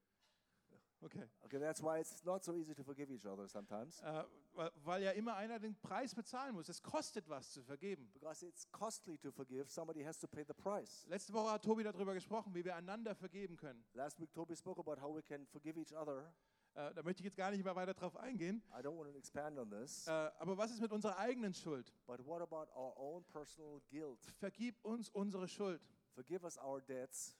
Okay. Okay, that's why it's not so easy to forgive each other sometimes Äh, weil, weil ja immer einer den Preis bezahlen muss. Es kostet was zu vergeben. because it's costly to forgive. Somebody has to pay the price. Letzte Woche hat Tobi darüber gesprochen, wie wir einander vergeben können. Last week, Toby spoke about how we can forgive each other. Äh, da möchte ich jetzt gar nicht mehr weiter drauf eingehen. I don't want to expand on this, Äh, aber was ist mit unserer eigenen Schuld? but what about our own personal guilt? Vergib uns unsere Schuld. Forgive us our debts.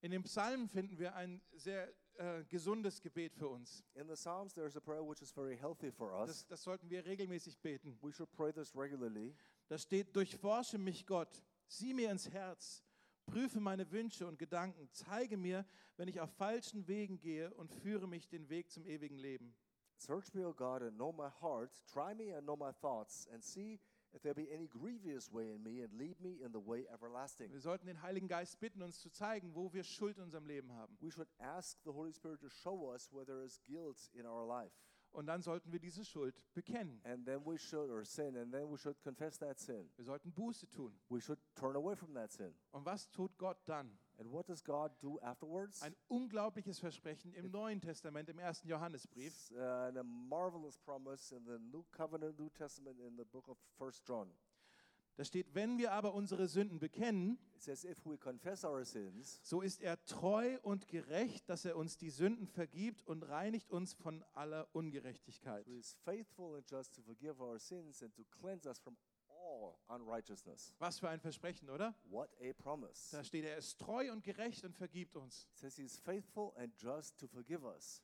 In dem Psalm finden wir ein sehr äh, gesundes Gebet für uns. In the Psalms, there's a prayer which is very healthy for us. Das, das sollten wir regelmäßig beten. We should pray this regularly. Da steht, durchforsche mich Gott, sieh mir ins Herz, prüfe meine Wünsche und Gedanken, zeige mir, wenn ich auf falschen Wegen gehe und führe mich den Weg zum ewigen Leben. Search me, O God, and know my heart. Try me and know my thoughts, and see if there be any grievous way in me, and lead me in the way everlasting. Wir sollten den Heiligen Geist bitten, uns zu zeigen, wo wir Schuld in unserem Leben haben. We should ask the Holy Spirit to show us where there is guilt in our life. Und dann sollten wir diese Schuld bekennen. And then we should, or sin, and then we should confess that sin. Wir sollten Buße tun. We should turn away from that sin. Und was tut Gott dann? And what does God do afterwards? Ein unglaubliches Versprechen im Neuen Testament, im ersten Johannesbrief. It's, uh, and a marvelous promise in the New Covenant, New Testament, in the book of First John. Da steht, wenn wir aber unsere Sünden bekennen, It says, if we confess our sins, so ist er treu und gerecht, dass er uns die Sünden vergibt und reinigt uns von aller Ungerechtigkeit. Who is faithful and just to forgive our sins and to cleanse us from all unrighteousness. Was für ein Versprechen, oder? What a promise. Da steht, er ist treu und gerecht und vergibt uns. It says he is faithful and just to forgive us.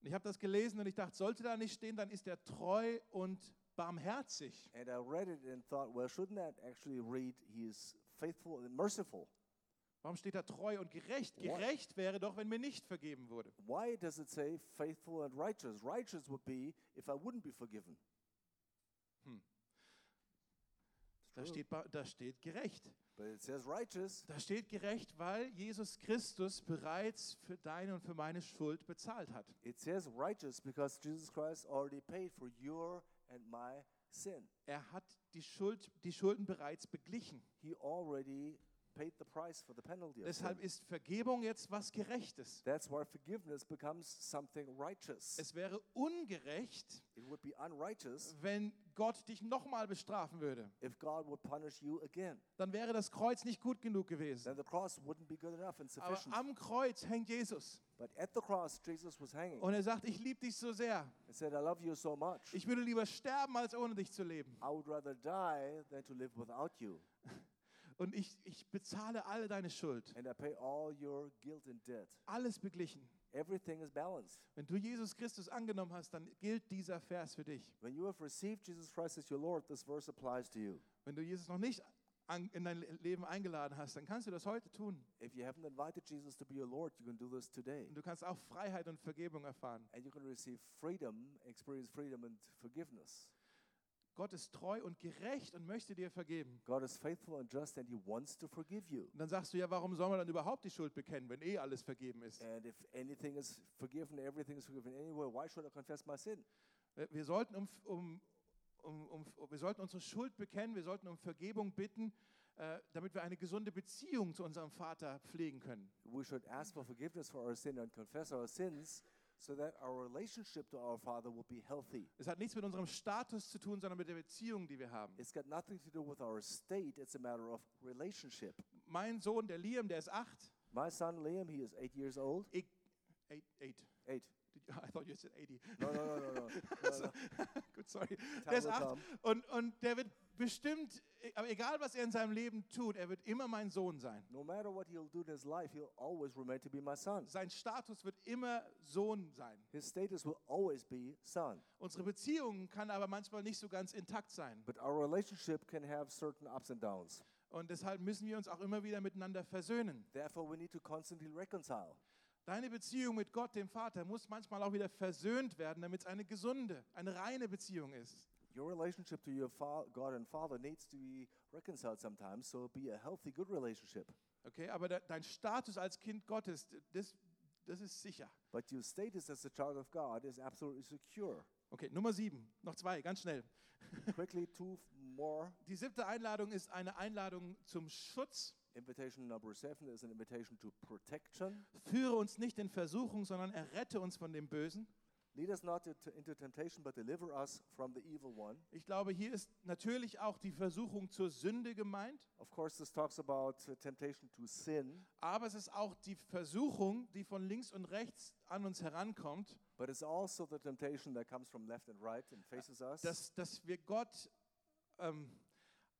Und ich habe das gelesen und ich dachte, sollte da nicht stehen, dann ist er treu und barmherzig. And I read it and thought, well, shouldn't that actually read he is faithful and merciful? Warum steht da treu und gerecht? What? Gerecht wäre doch, wenn mir nicht vergeben wurde. Why does it say faithful and righteous? Righteous would be if I wouldn't be forgiven. Da True. steht, ba- da steht gerecht. But it says righteous Da steht gerecht, weil Jesus Christus bereits für deine und für meine Schuld bezahlt hat. It says righteous because Jesus Christ already paid for your and my sin. Er hat die, Schuld, die Schulden bereits beglichen. He already paid the price for the penalty. Of sin. Deshalb ist Vergebung jetzt was Gerechtes. That's why forgiveness becomes something righteous. Es wäre ungerecht, it would be unrighteous wenn Gott dich nochmal bestrafen würde. if God would punish you again. Dann wäre das Kreuz nicht gut genug gewesen. Then the cross wouldn't be good enough and Aber sufficient. am Kreuz hängt Jesus. but at the cross, Jesus was hanging Und er sagt, ich liebe dich so sehr. and said, I love you so much. Ich würde lieber sterben, als ohne dich zu leben. I would rather die than to live without you. Und ich, ich bezahle alle deine Schuld. And I pay all your guilt and debt. Alles beglichen. Everything is balanced. Wenn du Jesus Christus angenommen hast, dann gilt dieser Vers für dich. When you have received Jesus Christ as your Lord, this verse applies to you. Wenn du Jesus noch nicht an, in dein Le- Leben eingeladen hast, dann kannst du das heute tun. If you haven't invited Jesus to be your Lord, you can do this today. Und du kannst auch Freiheit und Vergebung erfahren. And you can receive freedom, experience freedom and forgiveness. Gott ist treu und gerecht und möchte dir vergeben. God is faithful and just, and He wants to forgive you. Und dann sagst du ja, warum soll man dann überhaupt die Schuld bekennen, wenn eh alles vergeben ist? And if anything is forgiven, everything is forgiven anyway, why should I confess my sin? Wir- Wir sollten, um, um, um, um, wir sollten unsere Schuld bekennen, wir sollten um Vergebung bitten, äh, damit wir eine gesunde Beziehung zu unserem Vater pflegen können. We should ask for forgiveness for our sin and confess our sins so that our relationship to our Father will be healthy. Es hat nichts mit unserem Status zu tun, sondern mit der Beziehung, die wir haben. It's got nothing to do with our state, it's a matter of relationship. Mein Sohn, der Liam, der ist acht. My son Liam, he is eight years old. Ich, Eight, eight. Eight. Did you, I thought you said 80. No, no, no, no, no. no, So, no. gut, sorry. Der ist will acht. kommen. Und, und der wird bestimmt, e- aber egal was er in seinem Leben tut, er wird immer mein Sohn sein. No matter what he'll do in his life, he'll always remain to be my son. Sein Status wird immer Sohn sein. His status will always be son. Unsere Beziehung kann aber manchmal nicht so ganz intakt sein. But our relationship can have certain ups and downs. Und deshalb müssen wir uns auch immer wieder miteinander versöhnen. Therefore, we need to constantly reconcile. Deine Beziehung mit Gott, dem Vater, muss manchmal auch wieder versöhnt werden, damit es eine gesunde, eine reine Beziehung ist. Your relationship to your fa- God and Father needs to be reconciled sometimes, so be a healthy, good relationship. Okay, aber de dein Status als Kind Gottes, d- das, das ist sicher. But your status as a child of God is absolutely secure. Okay, Nummer sieben, noch zwei, ganz schnell. Quickly, two f- more. Die siebte Einladung ist eine Einladung zum Schutz. Invitation number seven is an invitation to protection. Führe uns nicht in Versuchung, sondern errette uns von dem Bösen. Lead us not into, into temptation, but deliver us from the evil one. Ich glaube, hier ist natürlich auch die Versuchung zur Sünde gemeint, Of course, this talks about uh, temptation to sin, aber es ist auch die Versuchung, die von links und rechts an uns herankommt, but it's also the temptation that comes from left and right and faces us. dass, dass wir Gott ähm,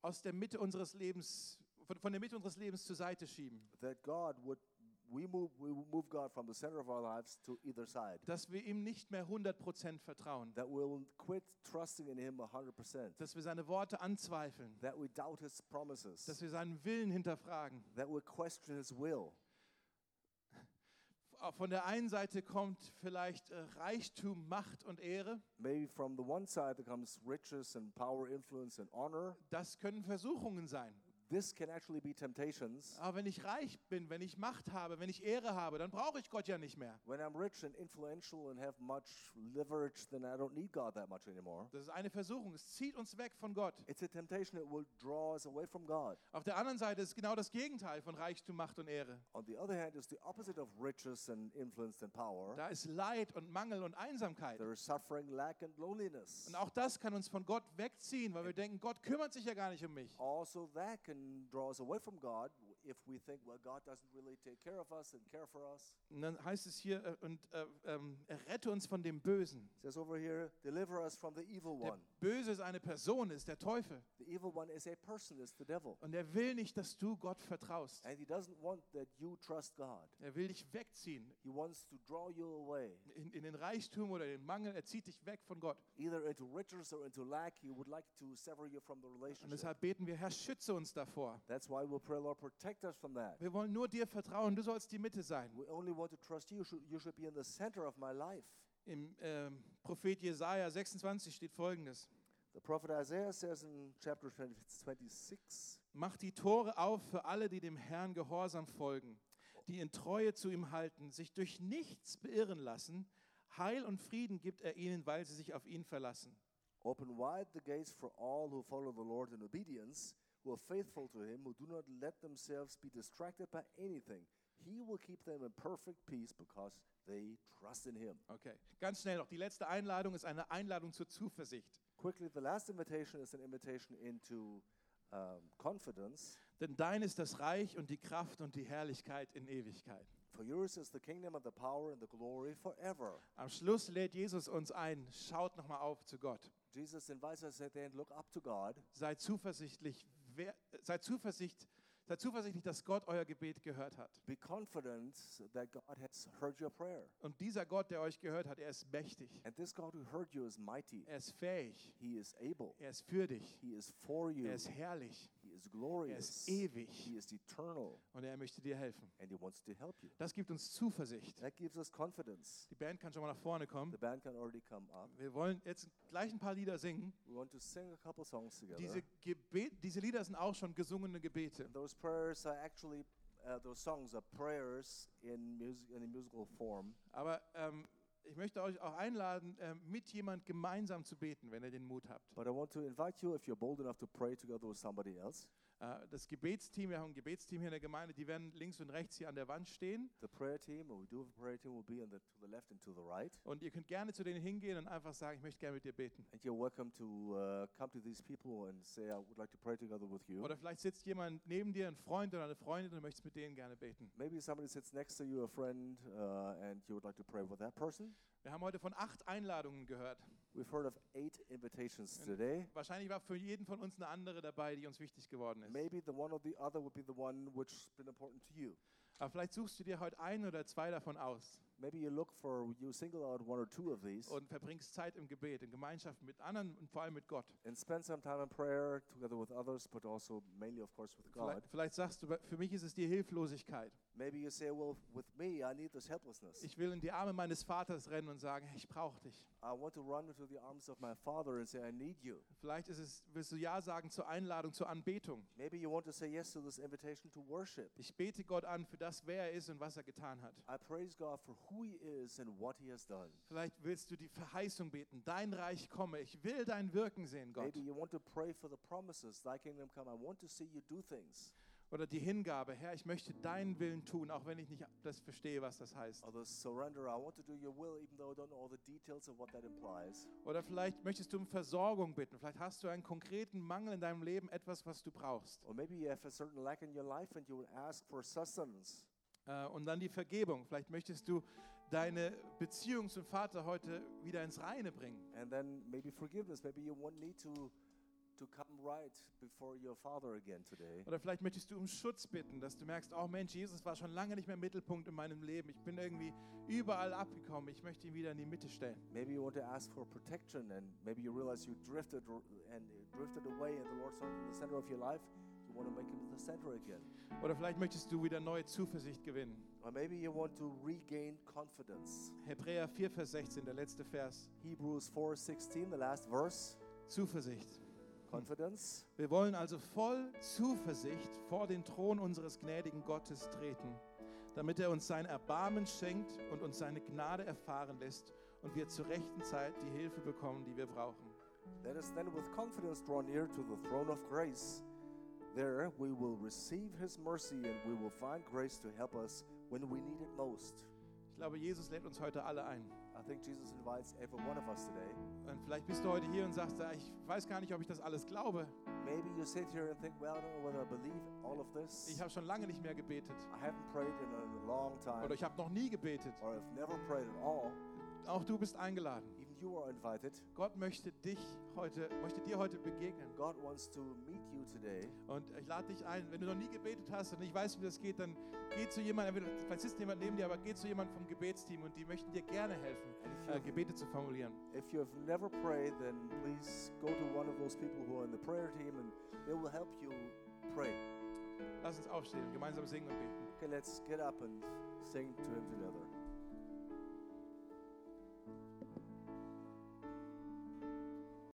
aus der Mitte unseres Lebens, von, von der Mitte unseres Lebens zur Seite schieben. that God would we move we will move God from the center of our lives to either side. Dass wir ihm nicht mehr 100% vertrauen. That we'll quit trusting in Him hundred percent. Dass wir seine Worte anzweifeln. That we doubt His promises. Dass wir seinen Willen hinterfragen. that we question His will. F- Ah, Von der einen Seite kommt vielleicht äh, Reichtum, Macht und Ehre. Maybe from the one side there comes riches and power, influence and honor. Das können Versuchungen sein. This can actually be temptations. Aber wenn ich reich bin, wenn ich Macht habe, wenn ich Ehre habe, dann brauche ich Gott ja nicht mehr. When I'm rich and influential and have much leverage, then I don't need God that much anymore. Das ist eine Versuchung. Es zieht uns weg von Gott. It's a temptation that will draw us away from God. Auf der anderen Seite ist genau das Gegenteil von Reichtum, Macht und Ehre. On the other hand, it's the opposite of riches and influence and power. Da ist Leid und Mangel und Einsamkeit. There is suffering, lack, and loneliness. Und auch das kann uns von Gott wegziehen, weil wir denken, Gott kümmert sich ja gar nicht um mich. Also, that can draw us away from God if we think, well, God doesn't really take care of us and care for us. Und dann heißt es hier, äh, und äh, ähm, errette uns von dem Bösen. It says over here, deliver us from the evil Der one. Böse ist eine Person, ist der Teufel. The evil one is a person, is the devil. Und er will nicht, dass du Gott vertraust. And he doesn't want that you trust God. Er will dich wegziehen He wants to draw you away, in, in den Reichtum oder den Mangel. Er zieht dich weg von Gott. either into riches or into lack. He would like to sever you from the Und relationship. deshalb beten wir, Herr, schütze uns davor. That's why we pray, Lord, protect us from that. Wir wollen nur dir vertrauen. Du sollst die Mitte sein. We only want to trust you. You should, you should be in the center of my life. Im ähm, Prophet Jesaja 26 steht folgendes: The prophet Isaiah says in chapter 20 26, Mach die Tore auf für alle, die dem Herrn gehorsam folgen, die in Treue zu ihm halten, sich durch nichts beirren lassen. Heil und Frieden gibt er ihnen, weil sie sich auf ihn verlassen. Open wide the gates for all who follow the Lord in obedience, who are faithful to him, who do not let themselves be distracted by anything. He will keep them in perfect peace because they trust in him. Okay, ganz schnell noch. Die letzte Einladung ist eine Einladung zur Zuversicht. Quickly, the last invitation is an invitation into um, confidence. Denn dein ist das Reich und die Kraft und die Herrlichkeit in Ewigkeit. For yours is the kingdom and the power and the glory forever. Am Schluss lädt Jesus uns ein, schaut nochmal auf zu Gott. Jesus invites us at the end look up to God, Sei zuversichtlich, wer, sei zuversicht, sei zuversichtlich, dass Gott euer Gebet gehört hat. be confident that God has heard your prayer. Und dieser Gott, der euch gehört hat, er ist mächtig, And this God who heard you is mighty, er ist fähig, he is able, er ist für dich, he is for you. er ist herrlich, He is er glorious. ist He ewig is eternal. und er möchte dir helfen. And he wants to help you. Das gibt uns Zuversicht. That gives us confidence. Die Band kann schon mal nach vorne kommen. The band can already come up. Wir wollen jetzt gleich ein paar Lieder singen. We want to sing a couple songs together. Diese, Gebet, diese Lieder sind auch schon gesungene Gebete. Those prayers are actually, uh, those songs are prayers in, music, in a musical form. Aber ähm, ich möchte euch auch einladen, ähm, mit jemand gemeinsam zu beten, wenn ihr den Mut habt. But I want to invite you, if you're bold enough to pray together with somebody else, Äh, Das Gebetsteam, wir haben ein Gebetsteam hier in der Gemeinde, die werden links und rechts hier an der Wand stehen. The prayer team, or we do have a prayer team, will be on the, to the left and to the right. Und ihr könnt gerne zu denen hingehen und einfach sagen, ich möchte gerne mit dir beten. And you're welcome to uh, come to these people and say, I would like to pray together with you. Oder vielleicht sitzt jemand neben dir, ein Freund oder eine Freundin, und du möchtest mit denen gerne beten. Maybe somebody sits next to you, a friend, uh, and you would like to pray with that person. Wir haben heute von acht Einladungen gehört. We've heard of eight invitations today. Wahrscheinlich war für jeden von uns eine andere dabei, die uns wichtig geworden ist. Maybe the one or the other would be the one which's been important to you. Aber vielleicht suchst du dir heute ein oder zwei davon aus Maybe you look for, you single out one or two of these und verbringst Zeit im Gebet, in Gemeinschaft mit anderen und vor allem mit Gott. and spend some time in prayer together with others, but also mainly, of course, with God. Vielleicht, vielleicht sagst du, für mich ist es die Hilflosigkeit. Maybe you say, Well, with me, I need this helplessness. Ich will in die Arme meines Vaters rennen und sagen, ich brauche dich. I want to run into the arms of my Father and say, I need you. Vielleicht ist es, willst du Ja sagen zur Einladung, zur Anbetung. Maybe you want to say yes to this invitation to worship. Ich bete Gott an für das, wer er ist und was er getan hat. I praise God for who He is and what He has done. Vielleicht willst du die Verheißung beten, dein Reich komme, ich will dein Wirken sehen, Gott. Maybe you want to pray for the promises, Thy kingdom come. I want to see you do things. Oder die Hingabe, Herr, ich möchte deinen Willen tun, auch wenn ich nicht das verstehe, was das heißt. Or the surrender, I want to do your will, even though I don't know all the details of what that implies. Oder vielleicht möchtest du um Versorgung bitten. Vielleicht hast du einen konkreten Mangel in deinem Leben, etwas, was du brauchst. Or maybe you have a certain lack in your life and you will ask for sustenance. Äh, Und dann die Vergebung. Vielleicht möchtest du deine Beziehung zum Vater heute wieder ins Reine bringen. And then maybe forgiveness. Maybe you want need to to come right before your father again today. Oder vielleicht möchtest du um Schutz bitten, dass du merkst, oh Mensch, Jesus war schon lange nicht mehr Mittelpunkt in meinem Leben. Ich bin irgendwie überall abgekommen. Ich möchte ihn wieder in die Mitte stellen. Maybe you want to ask for protection and maybe you realize you drifted r- and drifted away and the Lord's not in the center of your life. You want to make him the center again. Oder vielleicht möchtest du wieder neue Zuversicht gewinnen. Or maybe you want to regain confidence. Hebräer 4, Vers 16, der letzte Vers. Hebrews 4:16, the last verse. Zuversicht. Confidence. Wir wollen also voll Zuversicht vor den Thron unseres gnädigen Gottes treten, damit er uns sein Erbarmen schenkt und uns seine Gnade erfahren lässt und wir zur rechten Zeit die Hilfe bekommen, die wir brauchen. Let us then with confidence draw near to the throne of grace. There we will receive his mercy and we will find grace to help us when we need it most. Ich glaube, Jesus lädt uns heute alle ein. I think Jesus invites every one of us today. Und vielleicht bist du heute hier und sagst, "Ah, ich weiß gar nicht, ob ich das alles glaube. Maybe you sit here and think, well, I don't know whether I believe all of this. Ich habe schon lange nicht mehr gebetet I haven't prayed in a long time, oder ich habe noch nie gebetet. or I've never prayed at all. Auch du bist eingeladen. Even you are invited. Gott möchte dich heute, möchte dir heute begegnen. God wants to meet you today. Und ich lade dich ein, wenn du noch nie gebetet hast und nicht weißt, wie das geht, dann geh zu jemandem, entweder- vielleicht sitzt jemand neben dir, aber geh zu jemandem vom Gebetsteam und die möchten dir gerne helfen, äh, Gebete zu formulieren. If you have never prayed, then please go to one of those people who are in the prayer team and they will help you pray. Lass uns aufstehen, gemeinsam singen und beten. Okay, let's get up and sing to him together.